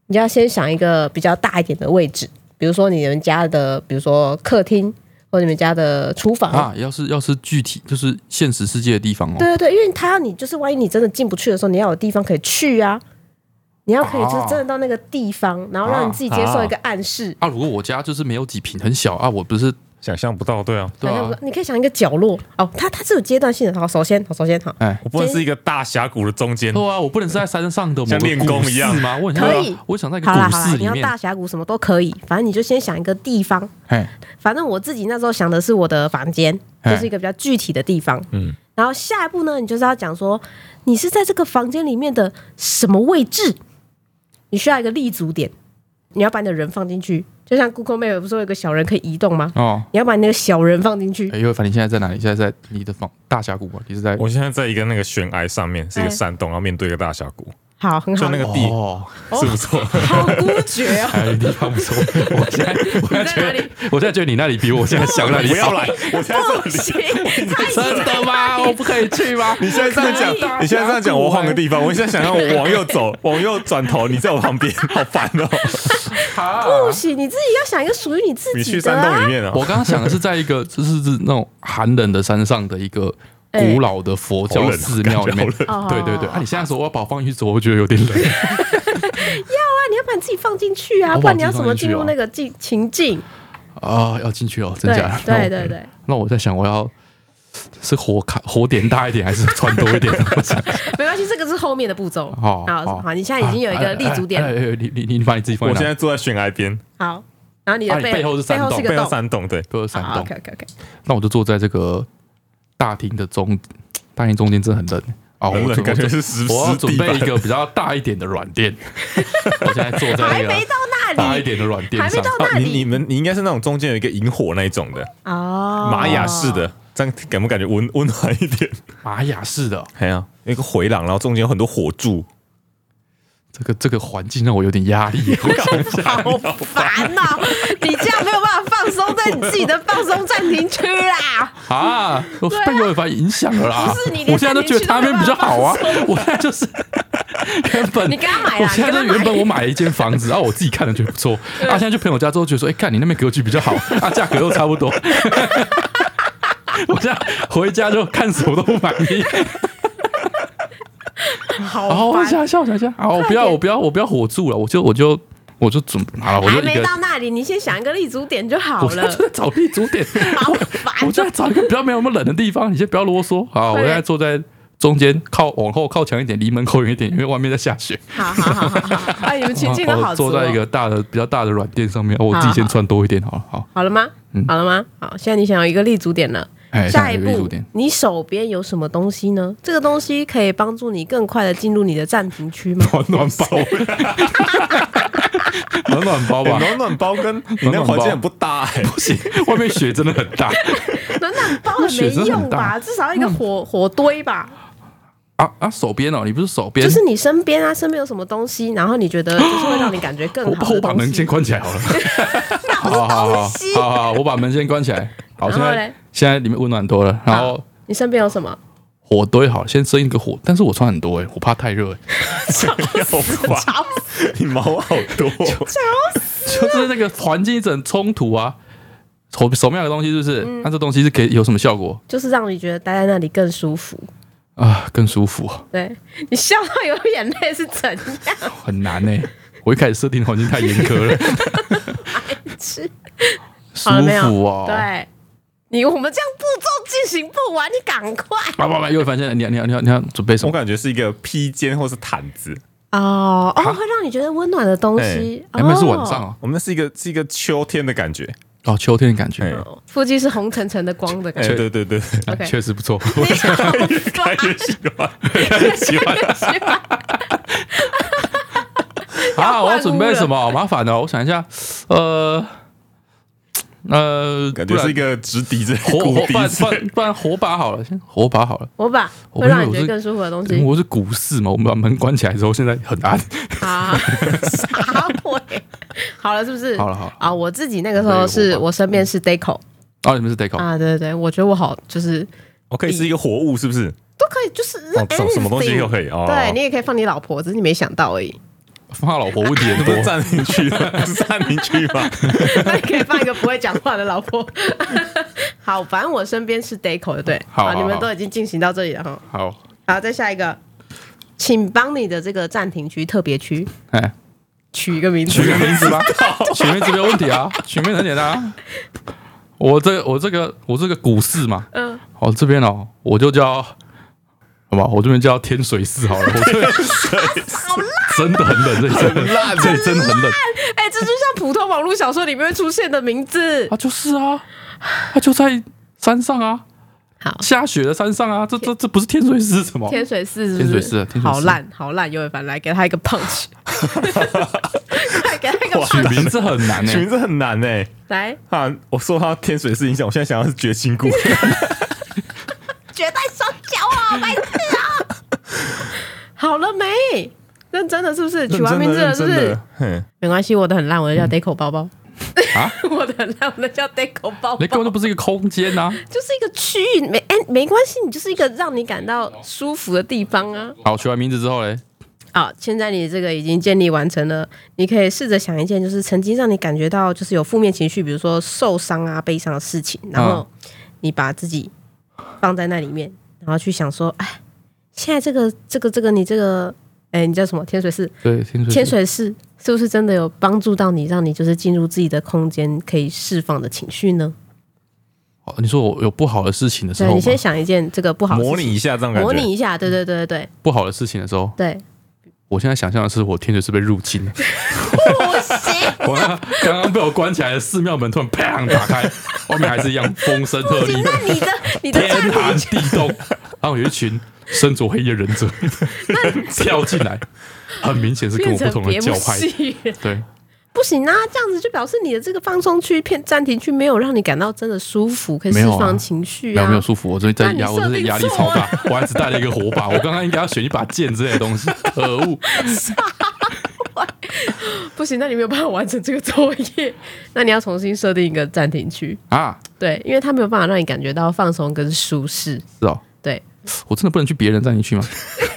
你就要先想一个比较大一点的位置，比如说你们家的，比如说客厅或者你们家的厨房。啊，要是要是具体就是现实世界的地方哦，对对对，因为他要你就是万一你真的进不去的时候，你要有地方可以去啊，你要可以就是真的到那个地方，然后让你自己接受一个暗示。哦啊，如果我家就是没有几平，很小啊，我不是想象不到，对啊，对好啊像，你可以想一个角落哦，它它是有阶段性的。好，首先，好，首先好，哎。我不能是一个大峡谷的中间，对啊，我不能是在山上的某像个练功股市一样吗？我很可以我想在一个好啦股好啦市，你里要面大，峡谷什么都可以，反正你就先想一个地方。哎，反正我自己那时候想的是我的房间，嘿就是一个比较具体的地方。嗯嗯，然后下一步呢，你就是要讲说你是在这个房间里面的什么位置，你需要一个立足点，你要把你的人放进去，就像 Google Map 不是有一个小人可以移动吗？哦，你要把你那个小人放进去，哎，因为反正现在在哪里？现在在你的房大峡谷吗？你是在我现在在一个那个悬崖上面，是一个山洞，然后面对一个大峡谷，好，很就好那，个地哦，是不错。好孤绝 哦。还有一个地方不错。我现在 我现在觉你在哪里得，我现在觉得你那里比我现在想的那里不要少。来， 我现在不这行里。，太真的吗？我不可以去吗？你现在这样可以讲，你现在这样讲，我换个地方。我现在想让我往右走，往右转头，你在我旁边，好烦哦。啊不行，你自己要想一个属于你自你己去的山洞啊里。面啊我，刚刚想的是在一个就是是那种寒冷的山上的一个哎古老的佛好教冷啊寺庙里面。感觉好冷对对对，啊，你现在说我要把我放进去走，我觉得有点冷。那你要把你自己放进去啊，我把不然你要自己怎放么进进去入哦那个境情境？啊，要进去哦，真对假的？那对我对对，那我在想，我要是火开火点大一点，还是穿多 一点？我想没关系，这个是后面的步骤。好好，好，你现在已经有一个立足点哎了，哎哎哎你你你把你自己放我在现哪？在坐在悬崖边，好，然后你的啊你背背后是山洞背后是背个上洞。山洞，对，都有山洞 OK OK OK，那我就坐在这个大厅的中大年中间真的很冷啊！我冷冷准感觉是湿我要湿准地备板一个比较大一点的软垫。 我现在坐在还一个没到那啊大一里点的软垫还没上到，哦那，你你里们你应该是那种中间有一个萤火那一种的哦，玛雅式的，这样感不感觉温温暖一点？玛雅式的哎呀，有一个回廊，然后中间有很多火柱，这个这个环境让我有点压力。好烦呐、你这样没有办法放松在你自己的放松暂停区啦。 啊，我被尤伟凡影响了啦！不是你连我现在都觉得他那边比较好啊连进去都没办法。 我现在就是原本你给他买啦啊我现在就你给他买原本我买了一间房子，然后我自己看了觉得 不错，啊，现在去朋友家之后觉得说，哎、看你那边格局比较好， 啊，价格又差不多。 我现在回家就看什么都不满意，然后 好我烦，哦想一下，我想一下，好，我不要，我不要，我不要火住了，我就我就我就准好了，我就还一没个，到那里，你先想一个立足点就好 我现在了就。在找立足点， 好烦 我就在找一个比较没有那么冷的地方，你先不要 啰嗦啊！我快现点在坐在中间，靠往后靠墙一点，离门口远一点，因为外面在下 雪。好好好好好，哎，你们情境都我好足、哦。坐在一个大的比较大的软垫上面，哦我自己先穿多一点好了。 好，好了吗？好了吗？好，现在你想有一个立足点了。嗯哎，下一一个立足步点，，你手边有什么东西呢？这个东西可以帮助你更快的进入你的暂停区吗？ 暖暖包，啊 暖暖 包吧。哎暖暖包跟你那环境很不搭 哎。不行，外面雪真的很大 暖暖包很没用吧？至少要一个嗯火火堆吧，啊啊！手边哦，你不是手边就？是你身边啊，身边有什么东西，然后你觉得就是会让你感觉更我把好 我的把东门西先。关起来好了。那不是 好好好东西，好好，我把门先关起来。好，然现后在嘞现在里面温暖多了，然后你身边有什 么？火堆好了，先生一个火，但是我穿很多哎，我怕太 热哎。好啊烦，好，你毛好多，就是那个环境一直很冲突啊。手手妙的东西是不是？嗯那、这东西是可以有什么效果 就是让你觉得待在那里更舒服。啊？更舒服，对你笑到有眼泪是怎样？很难呢、欸 我一开始设定的环境太严苛了，是舒好了没有？服哦。，对，你我们这样步骤进行不完，你赶快爸爸爸，又发现你要你要你要你要准备什我么？感觉是一个披肩或是毯子，哦哦，会让你觉得温暖的东西。啊哎，那是晚上哦，哦，我们那是一个是一个秋天的感觉。哦，秋天的感觉哎，哦附近是红橙橙的光的感哎，觉。对对对，哎 OK 确实 不错。你好他烦， 也喜欢，他也哎喜欢。啊，我要准备换屋了什么？麻烦哦，我想一下，呃呃，感觉是一个直笛子，不然火骨火，不笛然子不。然不然火把好了，先火把好了。我把我会让你我觉是得更舒服的东因为西。欸我是股市嘛，我们把门关起来之后，现在很暗。 啊，啥鬼？好了，是不是？好了好了啊，我自己那个时候是对我嗯我身边是 Deco 哦，你们是 Deco，啊，对对对，我觉得我好就是我哦可以是一个活物，是不是？都可以，就是哦什么什么东西都可以哦对你也可以放你老婆，只是你没想到而已。放老婆问题那很不多 是。占领区吗？不是占领区 吗？ 那你可以放一个不会讲话的老婆。好，反正我身边是 Deco 的，对，嗯好好你们好都已经进行到这里了哈。好，好，再下一个，请帮你的这个暂停区特别区哎，取一个名字取。个名字吧，取名字没有问题啊，取名字很简单啊。我这我这个我这个股市嘛， 嗯，哦这边哦，我就叫，好吧，我这边叫天水市好了，我这边真的很冷，这里真的很冷，这里真的很冷 哎、这就像普通网络小说里面会出现的名字。啊，就是啊，它就在山上啊，好，下雪的山上啊，这这这不是天水市是什么？天水寺是不是？天水寺天水寺好烂，好烂，尤伟凡来给他一个 punch，快给他一个取 punch，名字很难欸 取名呢，字很难哎。来，啊，我受到天水寺影响，我现在想要是绝情谷，绝代双骄 啊，白痴啊！好了没？认真的是不是？取完名字了是不认真是的？？嗯，没关系，我的很烂，我就叫 Deco 包包。啊， 我的很烂，我就叫 Deco 包包。那根本就不是一个空间啊呐。就是一个区域，没哎、没关系，你就是一个让你感到舒服的地方啊。好，取完名字之后嘞，好，现在你这个已经建立完成了，你可以试着想一件就是曾经让你感觉到就是有负面情绪，比如说受伤啊、悲伤的事情，然后你把自己放在那里面，然后去想说，哎，现在这个这个这个你这个，哎，你叫什么？天水寺，对，天水天寺水寺是不是真的有帮助到你，让你就是进入自己的空间，可以释放的情绪呢？哦，你说我有不好的事情的时对候你吗，先想一件这个不好的事模情拟一下这种感觉，模拟一下，对对对对对不好的事情的时候，对，我现在想象的是，我天水是被入侵了。不行，我刚刚刚被我关起来的寺庙门突然砰打开，外面还是一样风声不鹤行，唳，那你的你的 天家寒地冻。然后有一群身着黑衣的忍者 跳进来，很明显是跟变我不成同的别教部派。戏了，对，不行啊！这样子就表示你的这个放松区、片暂停区没有让你感到真的舒服，可以没释有啊放情绪没啊有没有。舒服，我最近那在你压，我真设的定压力错超了大，我还只带了一个火把，我刚刚应该要选一把剑之类的东 西，可恶！不行，那你没有办法完成这个作业，那你要重新设定一个暂停区。啊，对，因为它没有办法让你感觉到放松跟舒适。是哦，对，我真的不能去别人站进去吗？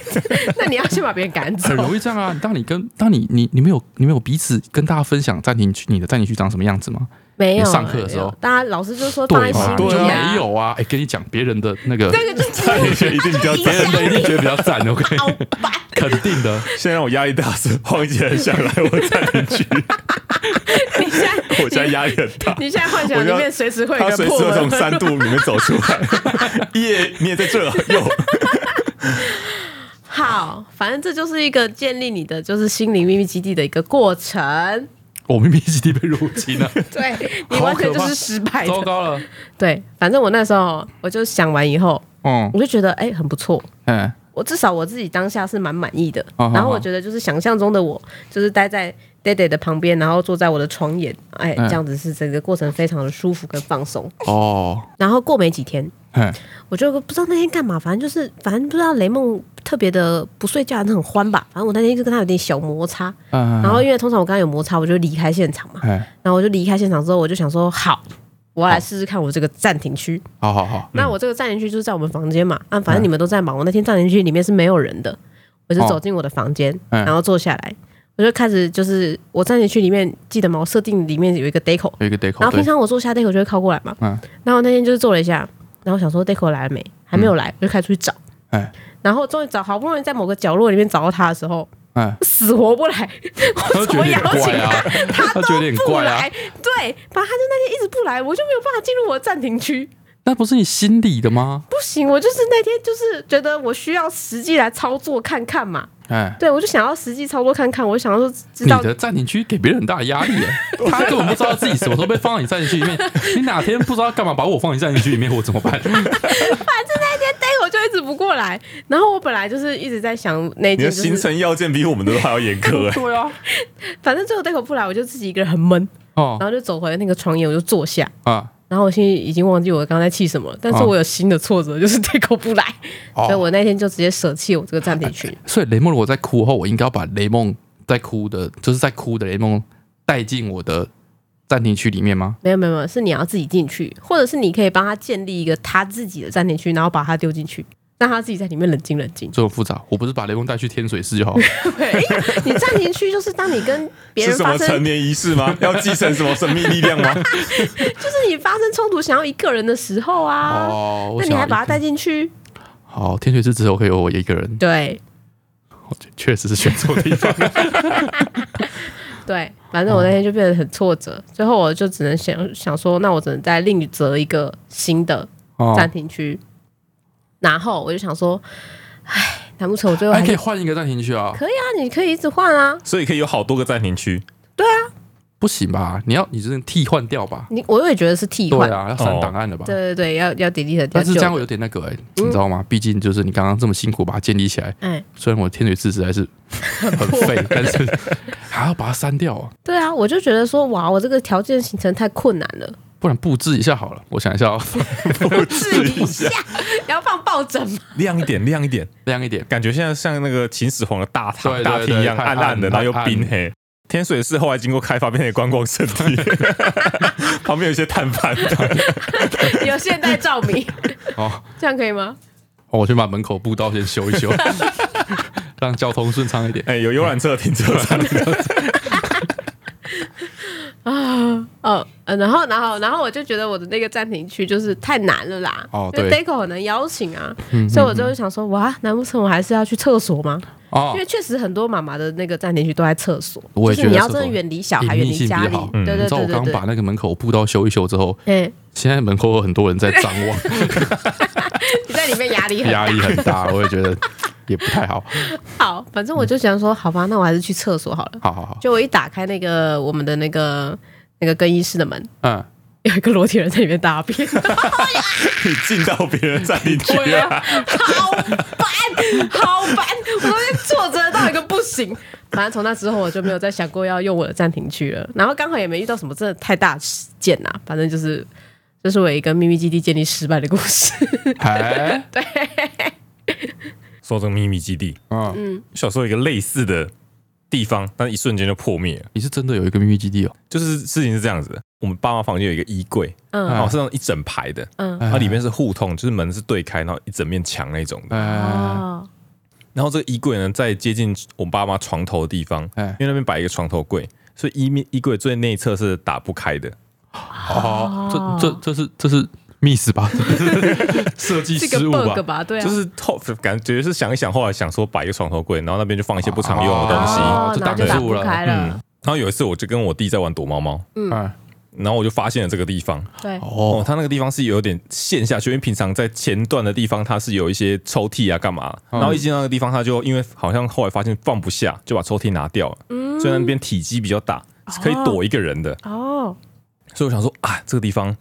那你要先把别人赶走很。容易这样啊！当你跟当你你你们有你们有彼此跟大家分享暂停区你的暂停区长什么样子吗？没有啊上课的时候没有大家老师就说放在对心嘛，里就啊没有啊！哎，跟你讲，别人的那个这个就那你 觉得一定比较别人赞。的一定觉得比较赞，OK，肯 定的。现在让我压力大，是晃一人下来，我再进去。你现在我现在压力很大，你现在幻想里面随时会有他一随个时破会从门，三度里面走出来。耶，你也在这啊哟！好，反正这就是一个建立你的就是心灵秘密基地的一个过程。我明明是地被入侵了，对你完全就是失败糟的。糕了。对，反正我那时候我就想完以后，嗯我就觉得哎、很不错， 嗯，我至少我自己当下是蛮满意的。哦好然后好我觉得就是想象中的我，就是待在 d a d 的旁边，然后坐在我的床沿，哎、嗯这样子是整个过程非常的舒服跟放松。哦，然后过没几天，嗯，我就不知道那天干嘛，反正就是反正不知道雷梦特别的不睡觉，很欢吧。反正我那天就跟他有点小摩擦，嗯然后因为通常我跟他有摩擦，我就离开现场嘛。哎，然后我就离开现场之后，我就想说好。我要来试试看我这个暂停区。好好好，那我这个暂停区就是在我们房间嘛，啊，反正你们都在忙。我那天暂停区里面是没有人的，我就嗯哦走进我的房间，嗯然后坐下来，我就开始就是我暂停区里面记得吗？我设定里面有一个 deco，有一个 deco，然后平哦对，常我坐下 deco 就会靠过来嘛，嗯然后那天就是坐了一下，然后想说 deco 来了没？还没有嗯来，我就开始出去找。哎然后终于找，好不容易在某个角落里面找到他的时候，哎，死活不来，他我就怎觉得么有邀请点怪啊，他觉得有点不怪啊来，。对，反正他就那天一直不来，我就没有办法进入我的暂停区。那不是你心里的吗？不行，我就是那天就是觉得我需要实际来操作看看嘛。哎，对，我就想要实际操作看看，我想要说知你道的暂停区给别人很大的压力 耶，他根本不知道自己什么时候被放到你暂停区里面，你哪天不知道干嘛把我放你暂停区里面，我怎 么办？ deco 哎就一直不过来。然后我本来就是一直在想那你件的就是行程要件比我们的都还要严 苛哎。对啊，反正最后 deco 不来，我就自己一个人很闷，然哦后就走回那个床沿，我就坐下。啊，然后我现在已经忘记我刚才气什么了，但是哦我有新的挫折，就是 deco 不来，哦所以我那天就直接舍弃我这个暂停区。所以雷梦如果在哭后，我应该要把雷梦在哭的，就是在哭的雷梦带进我的暂停区里面吗？没有没有没有，是你要自己进去，或者是你可以帮他建立一个他自己的暂停区，然后把他丢进去，让他自己在里面冷静冷静。这么复杂，我不是把雷梦带去天水市就好了？ 对，因为哎你暂停区就是当你跟别是人什发么生，成年仪式吗？要继承什么神秘力量吗？ 就是你发生冲突想要一个人的时候 啊，哦，我那你想要还把他一个带进去？好，天水市只有可以有我一个人，对我确确实是选错地 方。对，反正我那天就变得很挫折，嗯最后我就只能想想说，那我只能再另择一个新的暂哦，停区。然后我就想说，唉，难不成我最后还还哎可以是换一个暂停区啊？可以啊？你可以一直换啊，所以可以有好多个暂 停区，不行吧？你要你只能替换掉吧？你我也觉得是替对换，啊，要删档案的吧？对对对，要要 delete 掉。但是这样会有点那个哎、你知嗯道吗？毕竟就是你刚刚这么辛苦把它建立起来，哎，虽然我天水市实在是很欸废，但是还要把它删掉啊。对啊，我就觉得说，哇，我这个条件形成太困难了，不然布置一下好了，我想一下、哦， 试一下，你 要放抱枕吗？亮一点，亮一点，亮一点。感觉现在像那个秦始皇的大对塔对大厅一样，对暗暗的，太然暗后又太暗冰黑。天水寺后来经过开发，变成观光 胜地，旁边有一些摊贩。有现代照明，哦，这样可以吗？哦我先把门口步道先修一修， 让交通顺畅一点。哎、有游览车停车场，哦，呃然后，然后，然后我就觉得我的那个暂停区就是太难了啦。哦因为对 Deco 很难邀请啊，所以我就想说，哇，难不成我还是要去厕所吗？哦因为，确实很多妈妈的那个暂停区都在厕所，我也就是觉你得要厕真的所远离小孩，隐远秘离性家比里较好。对你对知道对我对刚对。把那个门口步道修一修之后，哎，现在门口有很多人在张望，你在里面压力很大 压力很大。我也觉得也不太好。好，反正我就想说，好吧，那我还是去厕所好了。好好好，就我一打开那个我们的那个那个更衣室的门， 嗯，有一个裸体人在里面大便，你进到别人站 里去 对啊啊，好烦，好烦！我昨天挫折到一个不行。反正从那之后我就没有再想过要用我的暂停区了。然后刚好也没遇到什么真的太大事件呐、反正就是这是我一个秘密基地建立失败的故事。哎，说到这个秘密基地，嗯，小时候有一个类似的地方，但一瞬间就破灭了。你是真的有一个秘密基地哦，就是事情是这样子的，我们爸妈房间有一个衣柜，嗯然后是那种一整排的，嗯然后里面是互通，就是门是对开，然后一整面墙那种的。哎 哦，然后这个衣柜呢，在接近我爸妈床头的地方，哎因为那边摆一个床头柜，所以衣面衣柜最内侧是打不开的。哦，这这这是这是 miss 吧？设计这个失误 bug 吧？吧？对啊，就是后感觉是想一想，后来想说摆一个床头柜，然后那边就放一些不常用的东西。哦然后就打就打不住不了开了。然后有一次，我就跟我弟在玩躲猫猫，嗯，然后我就发现了这个地方。对，哦，哦，它那个地方是有点陷下去，因为平常在前段的地方它是有一些抽屉啊干嘛，然后一进到那个地方，它就因为好像后来发现放不下，就把抽屉拿掉了，所以那边体积比较大，是可以躲一个人的。哦，所以我想说啊，这个地方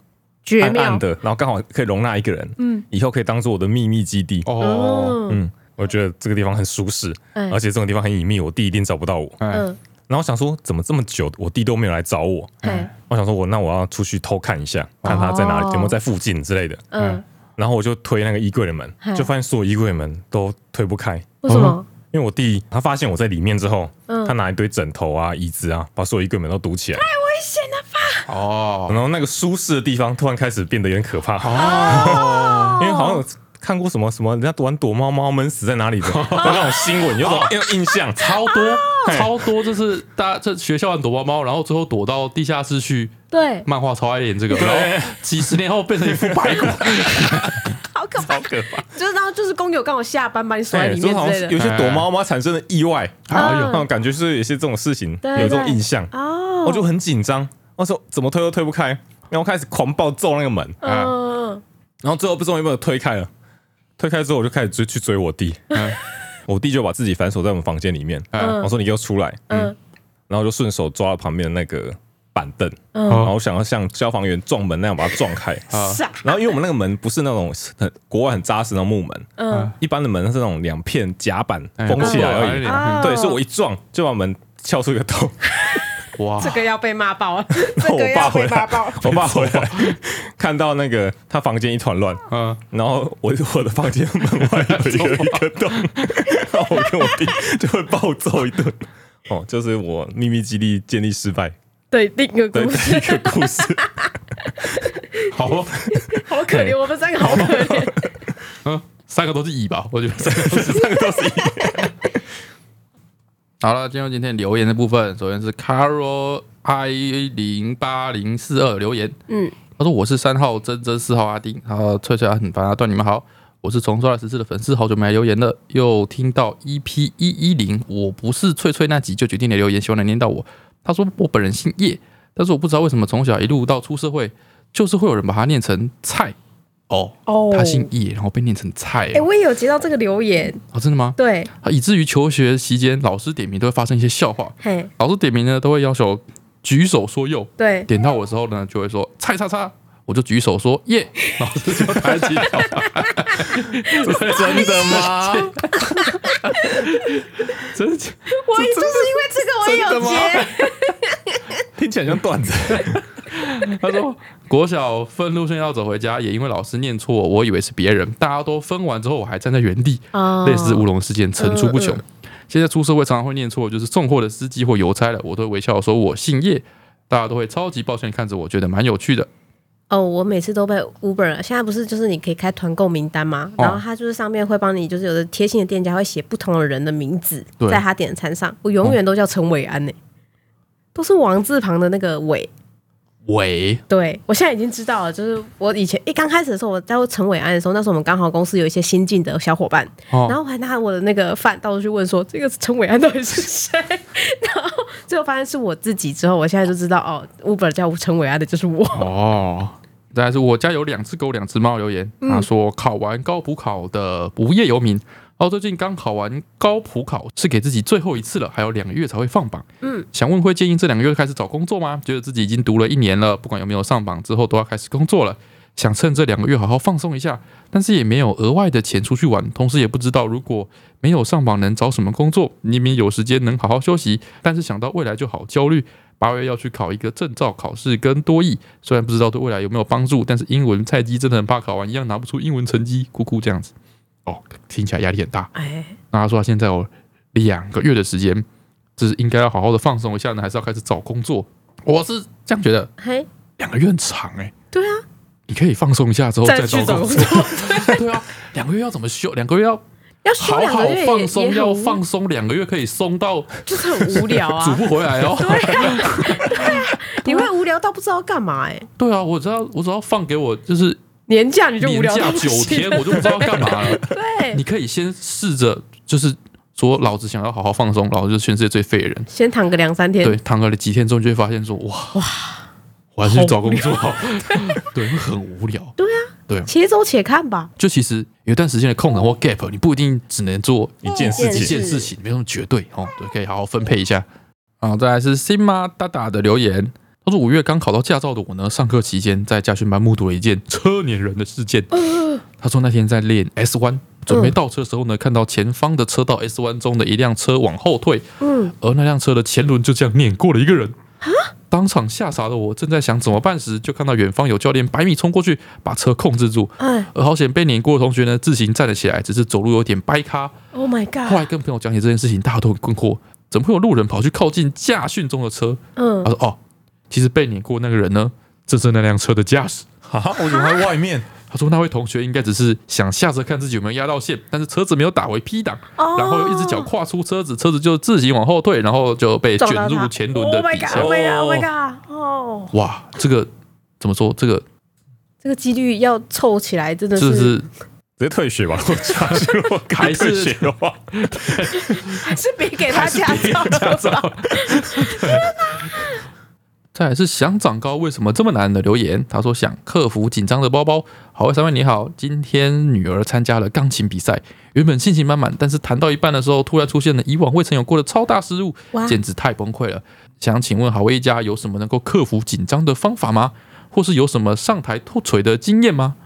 绝暗妙暗的，然后刚好可以容纳一个人，嗯，以后可以当做我的秘密基地。哦，嗯嗯，我觉得这个地方很舒适，哎而且这种地方很隐秘，我弟一定找不到我。哎，嗯，然后想说，怎么这么久我弟都没有来找我？对，我想说我，那我要出去偷看一下，看他在哪里，哦有没有在附近之类的。嗯，然后我就推那个衣柜的门嗨，就发现所有衣柜的门都推不开，为什么？因为我弟他发现我在里面之后，嗯他拿一堆枕头啊、椅子啊，把所有衣柜门都堵起来，哦，然后那个舒适的地方突然开始变得有点可怕，哦，因为好像有看过什么什么人家玩躲猫猫闷死在哪 里的那种新闻，有种哦有种印象。超多哎超多，就是大家这学校玩躲猫猫，然后最后躲到地下室去。对，漫画超爱演这个，然后几十年后变成一副白骨， 好可怕好！可怕！就是然后就是工友刚好下班把你锁在哎，里就面好之类像有的。些躲猫猫产生的意外，啊有那种感觉，就是有些这种事情对有这种印象，哦，我就很紧张。那时候怎么推都推不开，然后开始狂暴揍那个门，嗯，然后最后不知道有没有推开了，推开之后我就开始追去追我弟，嗯 我弟就把自己反锁在我们房间里面，嗯我说你给我出来，嗯然后就顺手抓了旁边的那个板凳，嗯然后想要像消防员撞门那样把它撞开， 啊傻，然后因为我们那个门不是那种很国外很扎实的木门，嗯一般的门它是那种两片夹板哎封起来而已，嗯啊对，所以我一撞就把门撬出一个洞，哇这，个要被骂 爆， 这个我爸要回被骂来爆。， 我爸回来看到那个他房间一团乱，嗯，然后我我的房间门外有一个一个洞，然后我跟我弟就会暴揍一顿。 哦，就是我秘密基地建立失败对，另一个的故第一事，个故事。好哦， 好可哎怜，我们三个好可怜。嗯，三个都是乙吧，我觉得。这个都是一好了，进入今天留言的部分。首先是 Caro I 零八零四二留言，嗯，他说我是三号真真四号阿丁，然后翠翠啊很烦啊，段你们好，我是重刷了十次的粉丝，好久没来留言了，又听到 EP 一一零，我不是翠翠那集就决定来留言，希望能念到我。他说我本人姓叶，但是我不知道为什么从小一路到出社会，就是会有人把它念成菜哦，哦他姓叶，然后被念成菜哎，我也有接到这个留言，哦，真的吗？对，以至于求学期间，老师点名都会发生一些笑话。嘿，老师点名呢，都会要求举手说右。对，点到我的时候呢，就会说“菜叉叉”，我就举手说“耶”， 老师就抬起头。 真的吗？真的假我也就是因为这个我也有接，听起来像 段子。他说国小分路线要走回家，也因为老师念错，我以为是别人。大家都分完之后，我还站在原地，哦类似乌龙事件层出不穷嗯。现在出社会常常会念错，就是送货的司机或邮差了，我都会微笑说我姓叶，大家都会超级抱歉地看着我，觉得蛮有趣的。哦，我每次都被 Uber，了现在不是就是你可以开团购名单吗？哦然后它就是上面会帮你，就是有的贴心的店家会写不同的人的名字对哦在他点餐上，我永远都叫陈伟安呢、都是王字旁的那个伟。喂，对，我现在已经知道了，就是我以前一刚开始的时候，我叫陈伟安的时候，那时候我们刚好公司有一些新进的小伙伴，哦然后我还拿我的那个饭到处去问说这个陈伟安到底是谁， 然后最后发现是我自己之后，我现在就知道哦，Uber 叫陈伟安的就是我。 哦，再来是我家有两只狗、两只猫留言，他说考完高补考的无业游民，哦，最近刚考完高普考，是给自己最后一次了，还有两个月才会放榜。嗯，想问会建议这两个月开始找工作吗？觉得自己已经读了一年了，不管有没有上榜，之后都要开始工作了。想趁这两个月好好放松一下，但是也没有额外的钱出去玩，同时也不知道如果没有上榜能找什么工作。明明有时间能好好休息，但是想到未来就好焦虑。八月要去考一个证照考试跟多译，虽然不知道对未来有没有帮助，但是英文菜鸡真的很怕考完一样拿不出英文成绩，哭哭这样子。哦，听起来压力很大。哎，那他说他现在有两个月的时间，就是应该要好好的放松一下呢，还是要开始找工作？我是这样觉得，嘿，两个月很长哎、对啊，你可以放松一下之后再找去找工工作， 对啊，两个月要怎么休？两个月要要休好两好个月也放松，也要很无放松两个月可以松到就是很无聊煮啊，不回来 哦。你会无聊到不知道干嘛哎，对啊，我只要我只要放给我就是年假你就无年聊假到不九天行，我就不知道干嘛 了。对，你可以先试着就是说，老子想要好好放松，老子就是全世界最废的人。先躺个两三天，对，躺了几天之后，你就会发现说，哇哇，我还是去找工作 好，对，会很无聊。对啊，对且走且看啊吧，就其实有一段时间的空档或 gap，你不一定只能做哦一件事一一情，件事情，没有那么绝对哦，对，可以好好分配一下。啊，再来是新妈大大的留言，他说五月刚考到驾照的我呢，上课期间在驾训班目睹了一件车碾人的事件。他说那天在练 S 嗯弯，准备倒车的时候呢，看到前方的车道 S 弯中的一辆车往后退，嗯，啊而那辆车的前轮就这样碾过了一个人。当场吓傻的我，正在想怎么办时，就看到远方有教练百米冲过去，把车控制住。哎而好险被碾过的同学呢，自行站了起来，只是走路有点掰咖。 ，Oh my 后 god，来跟朋友讲起这件事情，大家都很困惑，怎么会有路人跑去靠近驾训中的车？嗯他，说：“哦，其实被碾过那个人呢，正是那辆车的驾驶。”啊，我怎么在外面？他说那位同学应该只是想下车看自己有没有压到线，但是车子没有打回 P 档，哦然后又一只脚跨出车子，车子就自行往后退，然后就被撞到卷入他前轮的 Oh my 底下。 god，Oh my god，Oh my god，哦，哇，这个怎么说？这个这个几率要凑起来真的这是是直接退学吧！我 假如我该还是退学的话，还是别给他驾照驾照。再来是想长高为什么这么难的留言，他说想克服紧张的包包。好，三位你好，今天女儿参加了钢琴比赛，原本信心满满，但是弹到一半的时候，突然出现了以往未曾有过的超大失误，哇简直太崩溃了。想请问好味一家有什么能够克服紧张的方法吗？或是有什么上台脱锤的经验吗？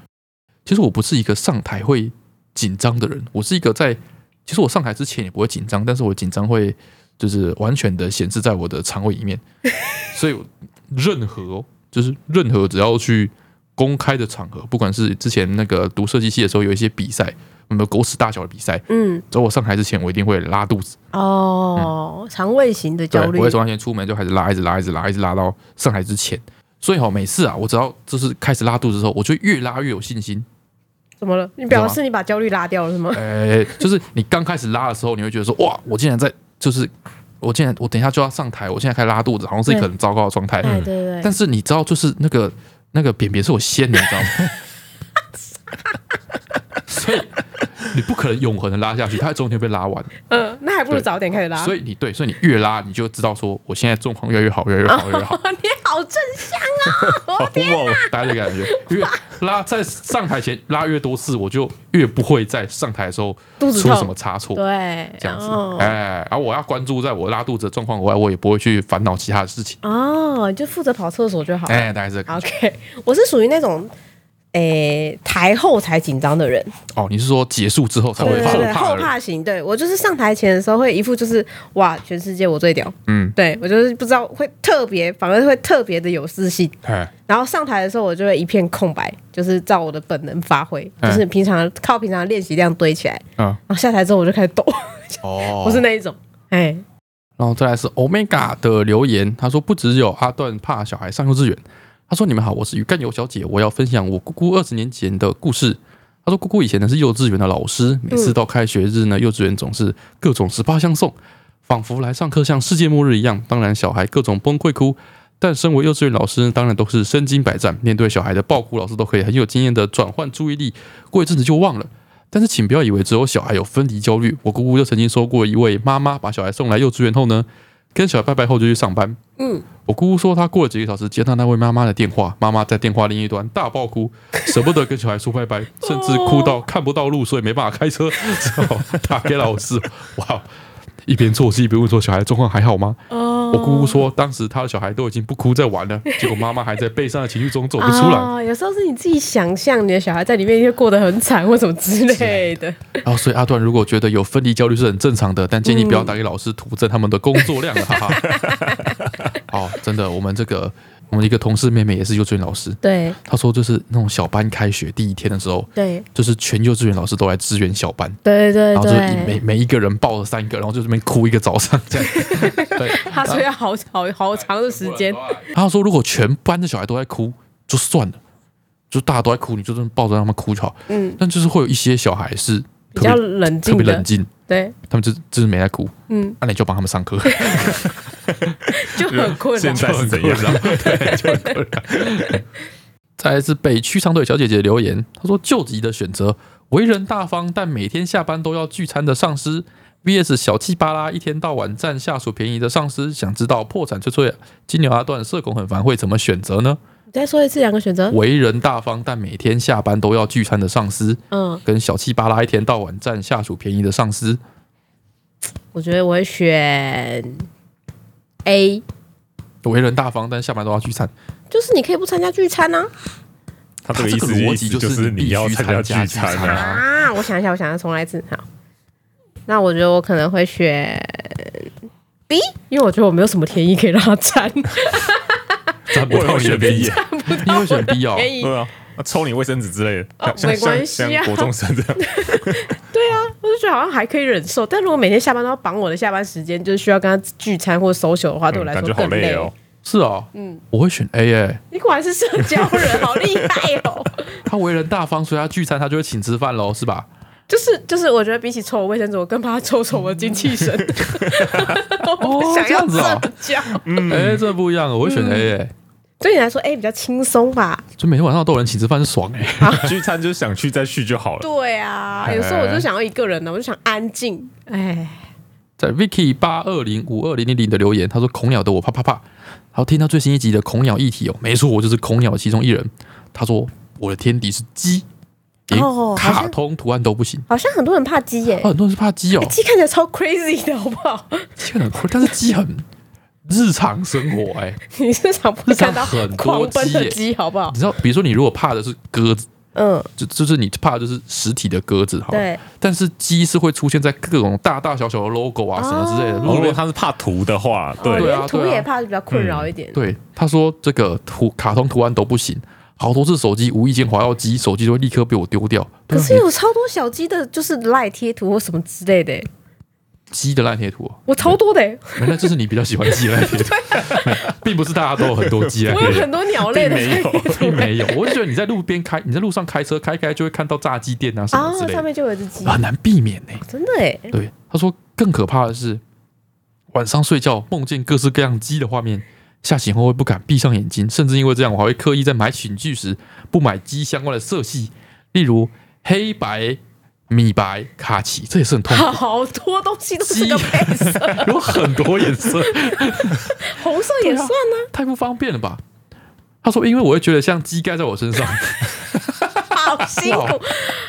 其实我不是一个上台会紧张的人，我是一个在其实我上台之前也不会紧张，但是我紧张会就是完全的显示在我的肠胃里面，所以任何就是任何只要去公开的场合，不管是之前那个读设计系的时候有一些比赛，有没有狗屎大小的比赛，嗯，只要我上台之前我一定会拉肚子，哦，肠胃型的对焦，虑我，会从那天出门就开始拉，一直拉，一直拉，一直拉到上台之前。所以哈、每次啊，我只要就是开始拉肚子之后，我就越拉越有信心。怎么了？你表示你把焦虑拉掉了是吗？呃，就是你刚开始拉的时候，你会觉得说，哇，我竟然在，就是我竟然我等一下就要上台，我现在开始拉肚子，好像是一个对很糟糕的状态。哎，对对但对，是你知道，就是那个那个便便是我先的，你知 道吗？所以你不可能永恒的拉下去，它总有一天被拉完。嗯，那还不如对早点开始拉。所以你对，所以你越拉，你就知道说，我现在状况越来越好，越来越好，越来 越好。你好正向啊！好我猛！大家的感觉，越拉在上台前拉越多次，我就越不会在上台的时候肚子出痛什么差错。 对，这样子哦，哎，而、我要关注在我拉肚子的状况以外，我也不会去烦恼其他的事情。哦，就负责跑厕所就好了。哎，大概是这个感觉。 OK，我是属于那种，诶、台后才紧张的人，哦，你是说结束之后才会对怕对对，怕后的人？怕型。对我就是上台前的时候会一副就是哇，全世界我最屌，嗯，对我就是不知道会特别，反而会特别的有自信。哎，然后上台的时候，我就会一片空白，就是照我的本能发挥，嗯就是平常靠平常的练习量堆起来。嗯，然后下台之后我就开始抖，哦，不是那一种，哎、然后再来是 Omega 的留言，他说不只有阿段怕小孩上幼稚园，他说你们好，我是鱼干油小姐，我要分享我姑姑二十年前的故事。他说姑姑以前呢是幼稚园的老师，每次到开学日呢，幼稚园总是各种十八相送，仿佛来上课像世界末日一样。当然小孩各种崩溃哭，但身为幼稚园老师，当然都是身经百战，面对小孩的暴哭，老师都可以很有经验的转换注意力，过一阵子就忘了。但是请不要以为只有小孩有分离焦虑。我姑姑就曾经说过，一位妈妈把小孩送来幼稚园后呢，跟小孩拜拜后就去上班。嗯，我姑姑说，她过了几个小时接到那位妈妈的电话，妈妈在电话另一端大爆哭，舍不得跟小孩说拜拜，甚至哭到看不到路，所以没办法开车， 只好打给老师。哇，一边做事一边问说小孩状况还好吗？哦我姑姑说，当时她的小孩都已经不哭在玩了，结果妈妈还在悲伤的情绪中走不出来。哦有时候是你自己想象你的小孩在里面就过得很惨或什么之类的。然后，哦所以阿段如果觉得有分离焦虑是很正常的，但建议不嗯要打给老师徒增他们的工作量了，哈哈。哦，真的，我们这个我们一个同事妹妹也是幼稚园老师，对她说就是那种小班开学第一天的时候，对就是全幼稚园老师都来支援小班。对对然后就是每对，每一个人抱了三个，然后就这边哭一个早上这样。对，他说要好好 好长的时间，他说如果全班的小孩都在哭就算了，就大家都在哭，你就这么抱着让他们哭就好。嗯，但就是会有一些小孩是比特别较冷特静别冷的，静，对，他们就就是没在哭，啊嗯，那、你就帮他们上课， 就很困现扰。在是怎样？再来是北区长腿小姐姐留言，她说救急的选择，为人大方但每天下班都要聚餐的上司。VS 小气巴拉，一天到晚占下属便宜的上司，想知道破产脆脆金牛阿段社恐很烦会怎么选择呢？你再说一次两个选择，为人大方但每天下班都要聚餐的上司，嗯，跟小气巴拉一天到晚占下属便宜的上司。我觉得我会选 A，为人大方但下班都要聚餐，就是你可以不参加聚餐啊。他他这个意个思逻意辑思就就是必你要须参加加聚聚餐啊。啊。啊，我想一下，我想要重来一次。好，那我觉得我可能会选 B，因为我觉得我没有什么天意可以让他沾，占不 我到有你的选啊便 B，宜，你会选 B 哦。天意啊 对啊，那抽你卫生纸之类哦的，像没关系啊像像国中生这样，我就觉得好像还可以忍受，但如果每天下班都要绑我的下班时间，就是需要跟他聚餐或 social 的话， 对我嗯来感说觉好更累。累 哦。是哦，嗯，我会选 A 诶。你果然是社交人，好厉害哦！他为人大方，所以他聚餐他就会请吃饭喽，是吧？就是就是，我觉得比起抽我卫生纸，我更怕他抽抽我的精气 神。我不想要这样子哦社交，哎，这不一样，我会选 A 诶。对你来说，哎、比较轻松吧？就每天晚上都有人请吃饭，爽哎。聚餐就是想去再去就好了。对啊，有时候我就想要一个人啊呢，我就想安静。哎，在 Vicky 八二零五二零零零的留言，他说孔鸟的我啪啪啪，然后听到最新一集的孔鸟议题哦，没错，我就是孔鸟的其中一人。他说我的天敌是鸡，连哦好像卡通图案都不行。好像很多人怕鸡耶、哎啊，很多人是怕鸡 哦，鸡看起来超 crazy 的，好不好？ 鸡很酷，但是鸡很 日常生活哎、你是想不会看到日常很多狂奔的鸡鸡，好不好你？知道，比如说你如果怕的是鸽子，嗯，就就是你怕的就是实体的鸽子哈，对，但是鸡是会出现在各种大大小小的 logo 啊哦什么之类的。如如果果他他是怕涂的话，对对啊嗯连图也怕就比较困扰一点。对他说这个图卡通图案都不行，好多次手机无意间滑到鸡，手机就会立刻被我丢掉。可是对啊有超多小鸡的，就是赖贴图或什么之类的耶，你鸡的烂贴图哦，我超多的耶，欸原来就是你比较喜欢鸡的烂 贴图，并不是大家都有很多鸡烂啊我贴有图。很多鸟类的并没有赖贴图并没有，我就觉得你在路边开，你在路上开车开开就会看到炸鸡店啊什么之啊，类上的，面就有一只鸡，很难避免呢、真的哎，对，他说更可怕的是，晚上睡觉梦见各式各样鸡的画面，吓醒后会不敢闭上眼睛，甚至因为这样，我还会刻意在买寝具时不买鸡相关的色系，例如黑白、米白、卡其，这也是 很痛苦。好多东西都是个鸡配色，有很多颜色，红色 啊也算啊呢，太不方便了吧？他说，因为我会觉得像鸡盖在我身上，好辛苦，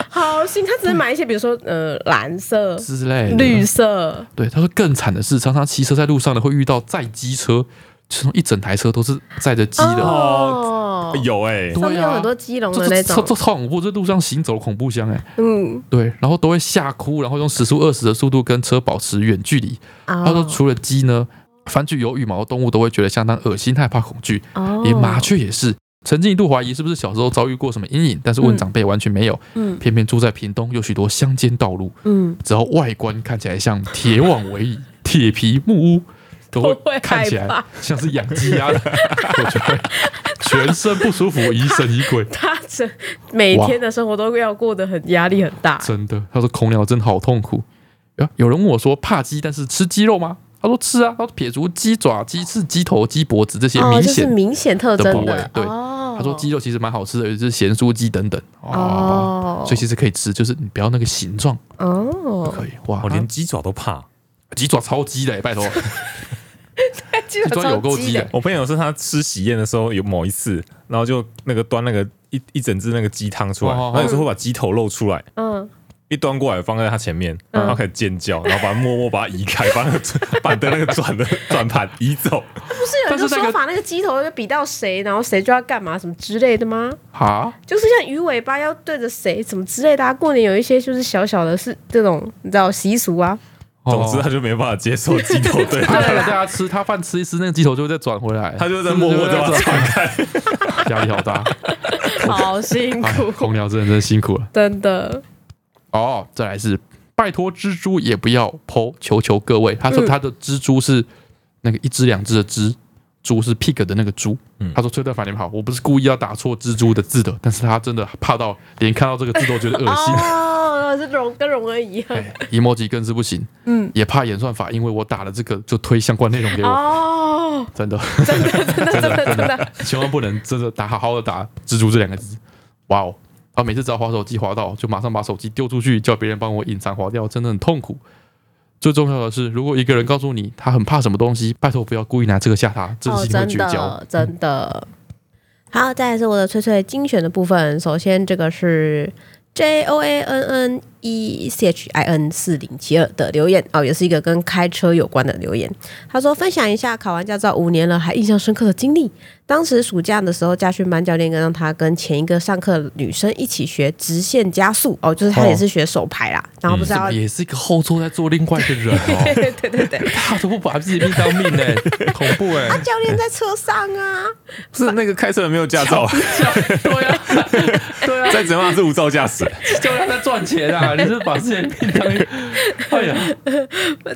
好辛苦。他只是买一些，比如说呃蓝色、之类的绿色，对，他说更惨的是，常常骑车在路上呢会遇到载鸡车，就是一整台车都是载着鸡的。哦，有哎，上对面啊有很多鸡笼的那这这这种这，超恐怖！这路上行走的恐怖箱哎、嗯，对，然后都会吓哭，然后用时速二十的速度跟车保持远距离。他说，哦，除了鸡呢，凡具有羽毛的动物都会觉得相当恶心、害怕、恐惧，哦连麻，雀也是。曾经一度怀疑是不是小时候遭遇过什么阴影，但是问嗯长辈完全没有。嗯偏偏住在屏东，有许多乡间道路，嗯，只要外观看起来像铁网围椅、铁皮木屋，都都会会看起害来怕像是养鸡鸭的， 我觉得全身不舒服，疑神疑鬼。他这每哇天的生活都要过得很压力很大，真的，他说空鸟真的好痛苦。啊有人问我说怕鸡，但是吃鸡肉吗？他说吃啊，他说撇除鸡爪、鸡翅、鸡头、鸡脖子这些哦，明就是显，明显特的征部位的，对哦、他说鸡肉其实蛮好吃的，尤其是咸酥鸡等等哦，哦，所以其实可以吃，就是你不要那个形状哦，可以哇我，连鸡爪都怕， 鸡爪超鸡的，拜托。鸡这段有够鸡鸡的的，我朋友说他吃喜宴的时候有某一次，然后就那个端那个一一整只那个鸡汤出来，哦哦哦然后有时候会把鸡头露出来，嗯，一端过来放在他前面，然后开始尖叫，然后把它默默把它移开，把那个 把的那个转的 转盘移走。不是有但人是就那个说法那个鸡头要比到谁，然后谁就要干嘛什么之类的吗？哈，就是像鱼尾巴要对着谁什么之类的、啊。过年有一些就是小小的是这种你知道习俗啊，总之他就没办法接受鸡头对他 他，带家吃，他饭吃一吃，那个鸡头就会再转回来，他就在默默地 把它转开，压力好大， 好辛 哎苦，红聊真的真辛苦了。真的。哦，再来是拜托蜘蛛也不要剖，求求各位。他说嗯他的蜘蛛是那个一只两只的蜘，蛛是 pig 的那个猪。嗯他说崔德凡你们好，我不是故意要打错蜘蛛的字的，但是他真的怕到连看到这个字都觉得恶心。哦，是荣跟荣儿一样。哎 emoji 更是不行，嗯，也怕演算法，因为我打了这个就推相关内容给我，哦，真的真的，真的，真的，真的，千万不能真的打好好的打蜘蛛这两个字，哇哦！然后每次只要滑手机滑到，就马上把手机丢出去，叫别人帮我隐藏滑掉，真的很痛苦。最重要的是，如果一个人告诉你他很怕什么东西，拜托不要故意拿这个吓他，真哦，心会真绝交。嗯的，真的。好，再来是我的翠翠精选的部分。首先，这个是 J O A N N E C H I N 四零七二的留言哦，也是一个跟开车有关的留言。他说分享一下考完驾照五年了还印象深刻的经历。当时暑假的时候，驾训班教练跟让他跟前一个上课的女生一起学直线加速哦，就是他也是学手排啦，然后不是怎要么也是一个后座在做另外一个 人哦，对对对对，他都不把自己命当命哎、恐怖哎、 教练在车上啊，是那个开车人没有驾照，对啊，对啊，再怎么样是无照驾驶。就让他赚钱啊！你是把自己的命当 一个，哎呀，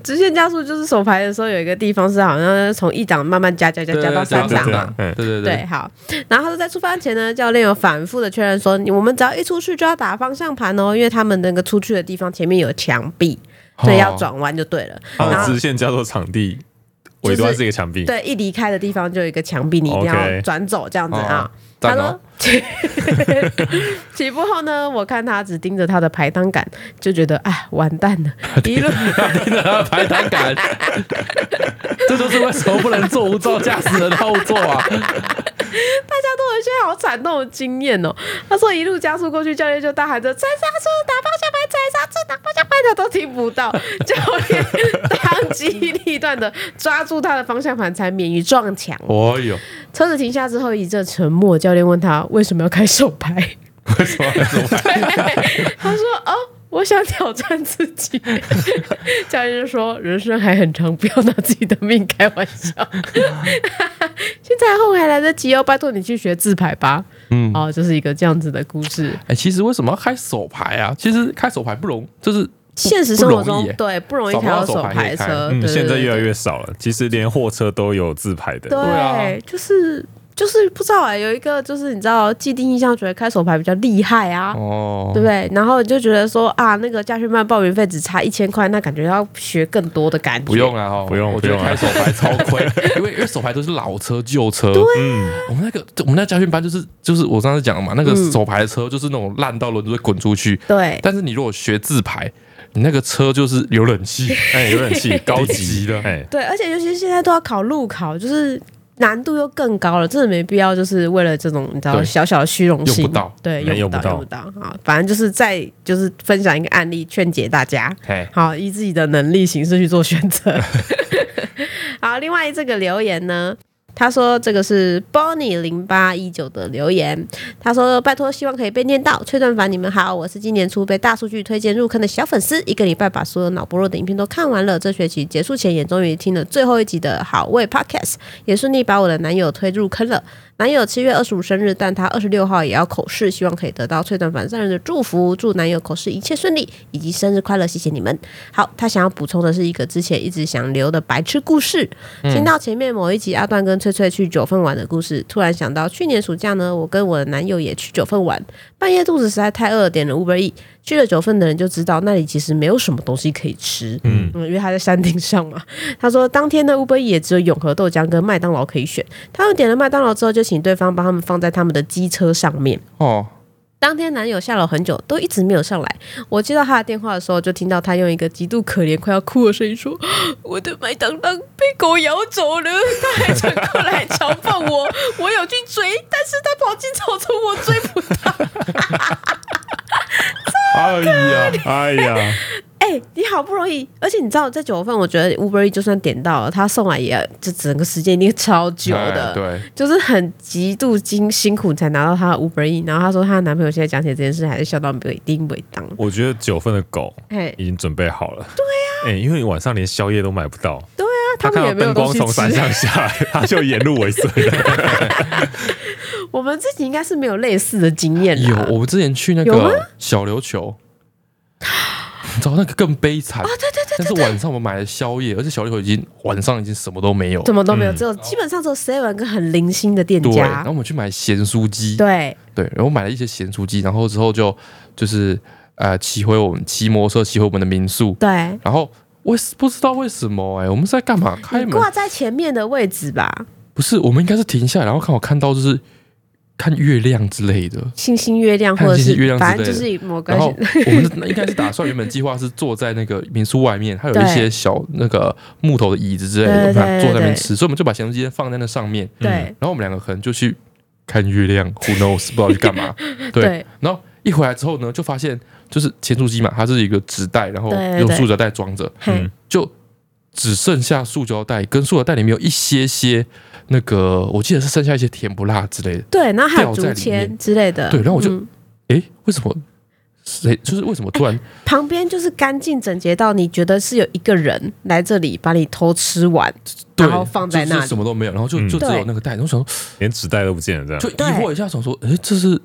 直线加速就是手排的时候有一个地方是好像从一档慢慢加加加加到三档嘛。对对对，好。然后他说在出发前呢，教练有反复的确认说，你我们只要一出去就要打方向盘哦，因为他们那个出去的地方前面有墙壁，哦所以要转弯就对了。他然的后直线叫做场地，尾端是一个墙壁。对，一离开的地方就有一个墙壁，你一定要 OK 转走这样子啊。哦他赞说哦，起 起步后呢，我看他只盯着他的排档杆，就觉得哎，完蛋了， 一路盯着他的排档 杆，这就是为什么不能坐无照驾驶人后座啊！大家都有一些好惨痛的经验哦。他说一路加速过去，教练就大喊着“踩刹车，打方向盘，踩刹车，打方向盘”，他都听不到。教练当机立断的抓住他的方向盘，才免于撞墙。哦哟，车子停下之后一阵沉默，教练问他为什么要开手牌，为什么要这么办？他说：“哦。”我想挑战自己，教练就说：“人生还很长，不要拿自己的命开玩笑。现在后悔还来得及哦，拜托你去学自排吧。”嗯，哦，就是一个这样子的故事。哎，其实为什么要开手牌啊？其实开手牌不容，就是现实生活不容易中耶，对不容易找不开到到手手牌可牌以开车，嗯，对现在越来对越少了。其实连货车都有自排的，对对，就是就是不知道哎，有一个就是你知道既定印象觉得开手牌比较厉害啊。哦对不对？然后你就觉得说啊，那个驾训班报名费只差一千块，那感觉要学更多的感觉。不用了哈，不用我觉得不用开啊手牌超 亏，因为因为手牌都是老车旧车。嗯，我们那个我们那家训班就是就是我上次讲的嘛，那个手牌的车就是那种烂到轮子会滚出去，对，但是你如果学自排，你那个车就是有冷气，哎，有点气， 高级级的哎，对，而且尤其是现在都要考路考，就是难度又更高了，真的没必要，就是为了这种你知道对小小的虚荣心，用不到对，没用用不不到，到用不到啊。反正就是在就是分享一个案例，劝解大家，哎，好依自己的能力形式去做选择。好，另外这个留言呢。他说：“这个是 Bonnie 零八一九的留言。他说：拜托，希望可以被念到。崔段凡，你们好，我是今年初被大数据推荐入坑的小粉丝，一个礼拜把所有脑波弱的影片都看完了。这学期结束前，也终于听了最后一集的好味 Podcast，也顺利把我的男友推入坑了。男友七月二十五生日，但他二十六号也要口试，希望可以得到翠短凡三人的祝福，祝男友口试一切顺利，以及生日快乐，谢谢你们。好，他想要补充的是一个之前一直想留的白痴故事。听到前面某一集阿段跟翠翠去九份玩的故事，突然想到去年暑假呢，我跟我的男友也去九份玩，半夜肚子实在太饿了，点了 Uber E。去了九份的人就知道那里其实没有什么东西可以吃，嗯因为他在山顶上嘛。他说当天的 Uber E 也只有永和豆浆跟麦当劳可以选，他们点了麦当劳之后，就请对方帮他们放在他们的机车上面。哦，当天男友下楼很久，都一直没有上来。我接到他的电话的时候，就听到他用一个极度可怜、快要哭的声音说：“我的麦当当被狗咬走了。”他还转过来嘲讽我，我有去追，但是他跑进草丛，我追不到。哎 呀，哎呀， 哎、你好不容易，而且你知道，在九份，我觉得 Uber E 就算点到了，他送来也就整个时间一定超久的。哎 对，就是很极度辛辛苦才拿到她的 Uber E，然后她说她的男朋友现在讲起这件事还是笑到没丁没当。我觉得九份的狗哎，已经准备好了。对呀、哎、因为晚上连宵夜都买不到，那他啊他看们也到没有灯东光西从山吃。上下来，他就沿路尾随了。我们自己应该是没有类似的经验啊有啦。我们之前去那有吗个小琉球，你知道那个更悲惨啊！对对对，但是晚上我们买了宵夜，而且小琉球已经晚上已经什么都没有，怎么都没有，嗯只有基本上只有 Seven 跟很零星的店对，然家后。我们去买咸酥鸡，对，对，然后买了一些咸酥鸡，然后之后就就是呃骑回我们骑摩托车骑回我们的民宿，对，然后我也是不知道为什么哎、我们是在干嘛？开你门挂在前面的位置吧，不是，我们应该是停下来，然后看我看到就是看月亮之类的。星星、月亮，看或者星星月亮是之反类的正就是某个然后嗯我们是应 该是打算原本计划是坐在那个民宿外面，它有一对些小那个木头的椅子之类的，我对们对俩坐在那边对吃，所以我们就把咸酥鸡放在那上面。对然后我们两个可能就去看月亮，Who knows，不知道去 干嘛。对，对然后一回来之后呢，就发现就是前主机嘛，它是一个纸袋，然后对对用对塑胶袋装着，嗯嘿就只剩下塑胶袋，跟塑胶袋里面有一些些那个，我记得是剩下一些甜不辣之类的。对，然后还有掉在竹里面签之类的。对然后我就嗯诶，为什么？谁就是为什么突然旁边就是干净整洁到你觉得是有一个人来这里把你偷吃完，对然后放在就那是什里。么都没有，然后就嗯就只有对那个袋，然后想说连纸袋都不见了，这样就疑惑一下，想说诶，这是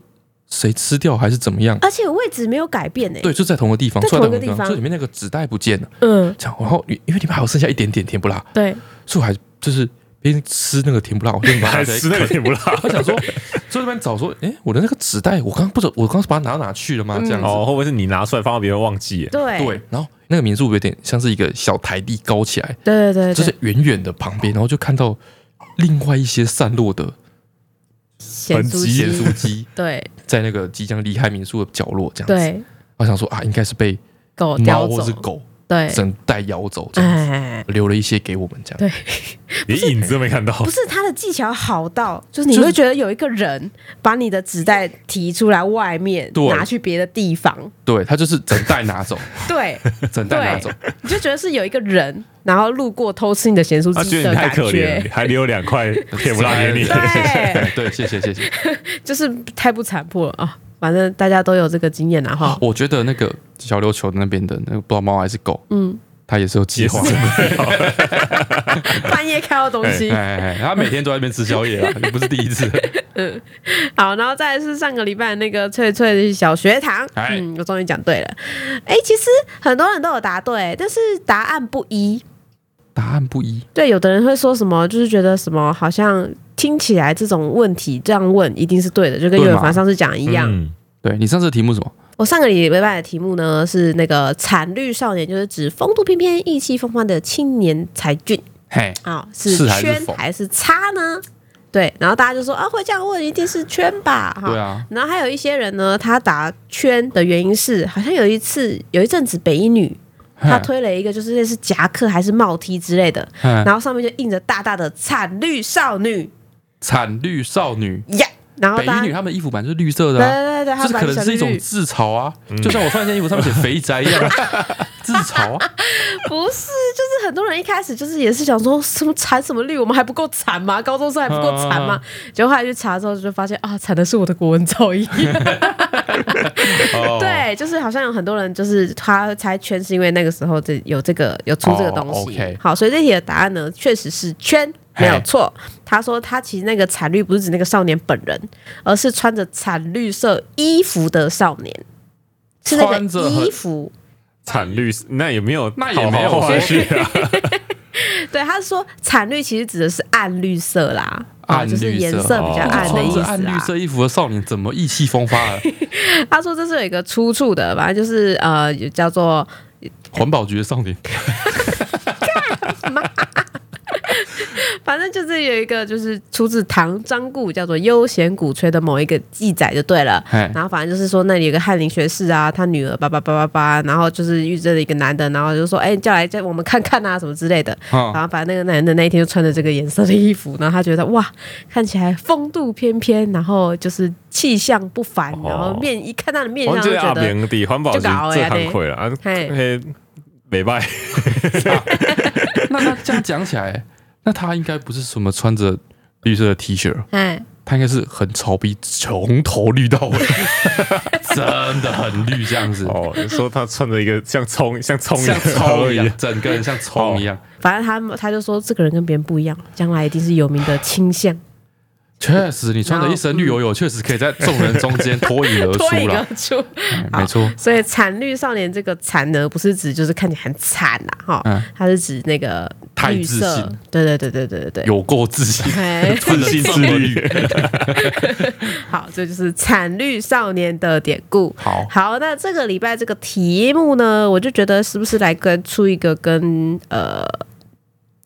谁吃掉还是怎么样？而且位置没有改变欸诶、对，就在同个地方，在出来同一个地方就里面那个纸袋不见了，嗯，这样，然后因因为里面还有剩下一点点甜不辣，对，所以我还就是边吃那个甜不辣，我边把它 还在吃那个甜不辣。我想说，就在那边找说，诶，我的那个纸袋，我刚刚不是我刚刚是把它拿到哪去了吗？这样子，哦，会不会是你拿出来放到别人忘记耶？嗯对，对，然后那个民宿有点像是一个小台地高起来，对对对就对是远远的旁边，然后就看到另外一些散落的咸酥鸡咸鸡，酥鸡对在那个即将离开民宿的角落这样子。对，我想说啊，应该是被狗叼猫或是走，狗对，整袋咬走这样子，哎，留了一些给我们这样。对，连影子都没看到。不是他的技巧好到，就是你就是会觉得有一个人把你的纸袋提出来外面对，拿去别的地方，对，他就是整袋拿 走，对，整袋拿走。你就觉得是有一个人，然后路过偷吃你的咸酥他觉鸡得的你太感可怜觉了，，还留两块甜不辣给你。对对，谢谢谢谢。就是太不残破了啊！反正大家都有这个经验啦啊哈。啊我觉得那个小琉球那边的那个不知道猫还是狗，嗯，它也是有计划的。 半夜看到东西。哎哎，哎他每天都在那边吃宵 夜啊，也不是第一次。好，然后再来是上个礼拜那个翠翠的小学堂，哎嗯，我终于讲对了。哎、其实很多人都有答对，但是答案不一。答案不一，对，有的人会说什么，就是觉得什么好像听起来这种问题这样问一定是对的，就跟对嘛有凡上次讲一样。嗯，对你上次的题目是什么？我上个礼拜的题目呢是那个“惨绿少年”，就是指风度翩翩、意气风发的青年才俊。嘿，啊、是是还是圈否还是叉呢？对，然后大家就说啊，会这样问一定是圈吧，哈。对啊，然后还有一些人呢，他打圈的原因是，好像有一次有一阵子北一女她嘿推了一个就是类似夹克还是帽 T 之类的，嘿然后上面就印着大大的“惨绿少女惨绿少女，”呀，然后北一大女家她们的衣服本来就是绿色对的啊，对对对，她这把可能小是一种绿自嘲啊，就像我穿一件衣服上面写肥宅一样， 自嘲啊。不是，就是很多人一开始就是也是想说什么惨什么绿，我们还不够惨吗？高中生还不够惨嗯吗？结果后来去查之后就发现啊，惨的是我的国文造诣。哦， 对，就是好像有很多人就是他猜圈是因为那个时候这有这个有出这个哦东西。 OK 好，所以这题的答案呢，确实是圈。没有嘿错，他说他其实那个惨绿不是指那个少年本人，而是穿着惨绿色衣服的少年，是那穿着个很衣服。惨绿那也没有，那也没有后续啊。对，他说惨绿其实指的是暗绿色啦，啊暗就是绿颜色色比较哦暗的穿意着思暗啊绿。色衣服的少年怎么意气风发啊 了？他说这是有一个出处的，反正就是呃有叫做环保局的少年，反正就是有一个就是出自唐张固叫做《悠闲鼓吹》的某一个记载就对了。哎，然后反正就是说那里有个翰林学士啊，他女儿叭叭叭叭叭，然后就是遇见了一个男的，然后就说哎、叫来叫我们看看啊什么之类的。然哦后反正那个男的那一天就穿着这个颜色的衣服，然后他觉得哇，看起来风度翩翩，然后就是气象不凡，哦然后面一看他的面我相就这觉阿得，明的环保局最惭愧了啊，嘿，嘿，没拜，那那这样讲起来，那他应该不是什么穿着绿色的 T 恤，哎，他应该是很潮逼，从头 绿到尾，真的很绿这样子，哦，说他穿着一个像葱像葱一像样葱一而已样，整个人像葱一样，反正他他就说这个人跟别人不一样，将来一定是有名的倾向，确实，你穿着一身绿油油，确实可以在众人中间脱颖 而脱出颖而了。出。哎没错，所以惨绿少年这个惨呢，不是指就是看起来很惨呐、哈，嗯它是指那个太绿自色信，对对对对对对对。有够自信， 哎，穿的这么绿。好，这就是惨绿少年的典故。好，好，那这个礼拜这个题目呢，我就觉得是不是来跟出一个跟呃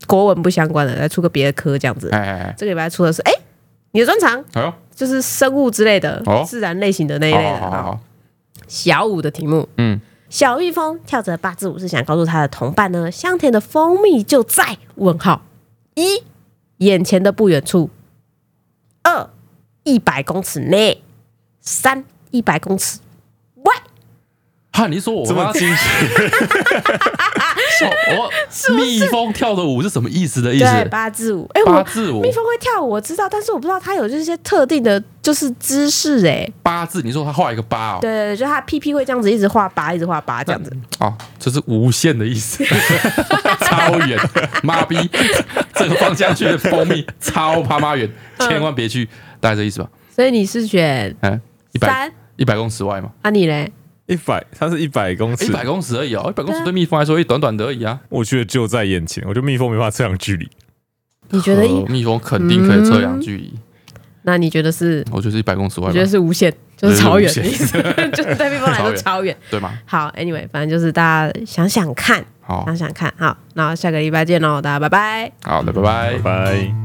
国文不相关的，来出个别的科这样子。哎 哎这个礼拜出的是哎、你的专长哎，哎呦，就是生物之类的、哦自然类型的那一类的。好好好好，小五的题目，嗯，小蜜蜂跳着八字舞是想告诉他的同伴呢，香甜的蜂蜜就在问号一眼前的不远处，二一百公尺内，三一百公尺外。哈，你说我这么妈精确，笑 我蜜蜂跳的舞是什么意思的意对，思？八字舞，哎、八我字舞蜜，蜂会跳舞，我知道，但是我不知道它有这些特定的，就是姿势、哎，八字，你说他画一个八哦，对对对，就它屁屁会这样子一直画八，一直画八这样子。哦，这是无限的意思， 超 远，妈逼，这个方向去的蜂蜜超他妈远，嗯千万别去，大概这意思吧？所以你是选嗯，一百三一百公尺外嘛，啊？你嘞？一百，他是一百公一尺，百公尺而已哦，一百公对尺啊对蜜蜂来说也短短的而已啊。我觉得就在眼前，我觉得蜜蜂没办法测量距离，你觉得一呃？蜜蜂肯定可以测量距离，那你觉得是？我觉得是一百公尺外我吧觉得，是无 限，就是超远的对意思，就是对蜜蜂来说超远。对吗？好，anyway，反正就是大家想想看，好嗯想想看，好，那下个礼拜见喽，大家拜拜。好的，拜拜拜。拜。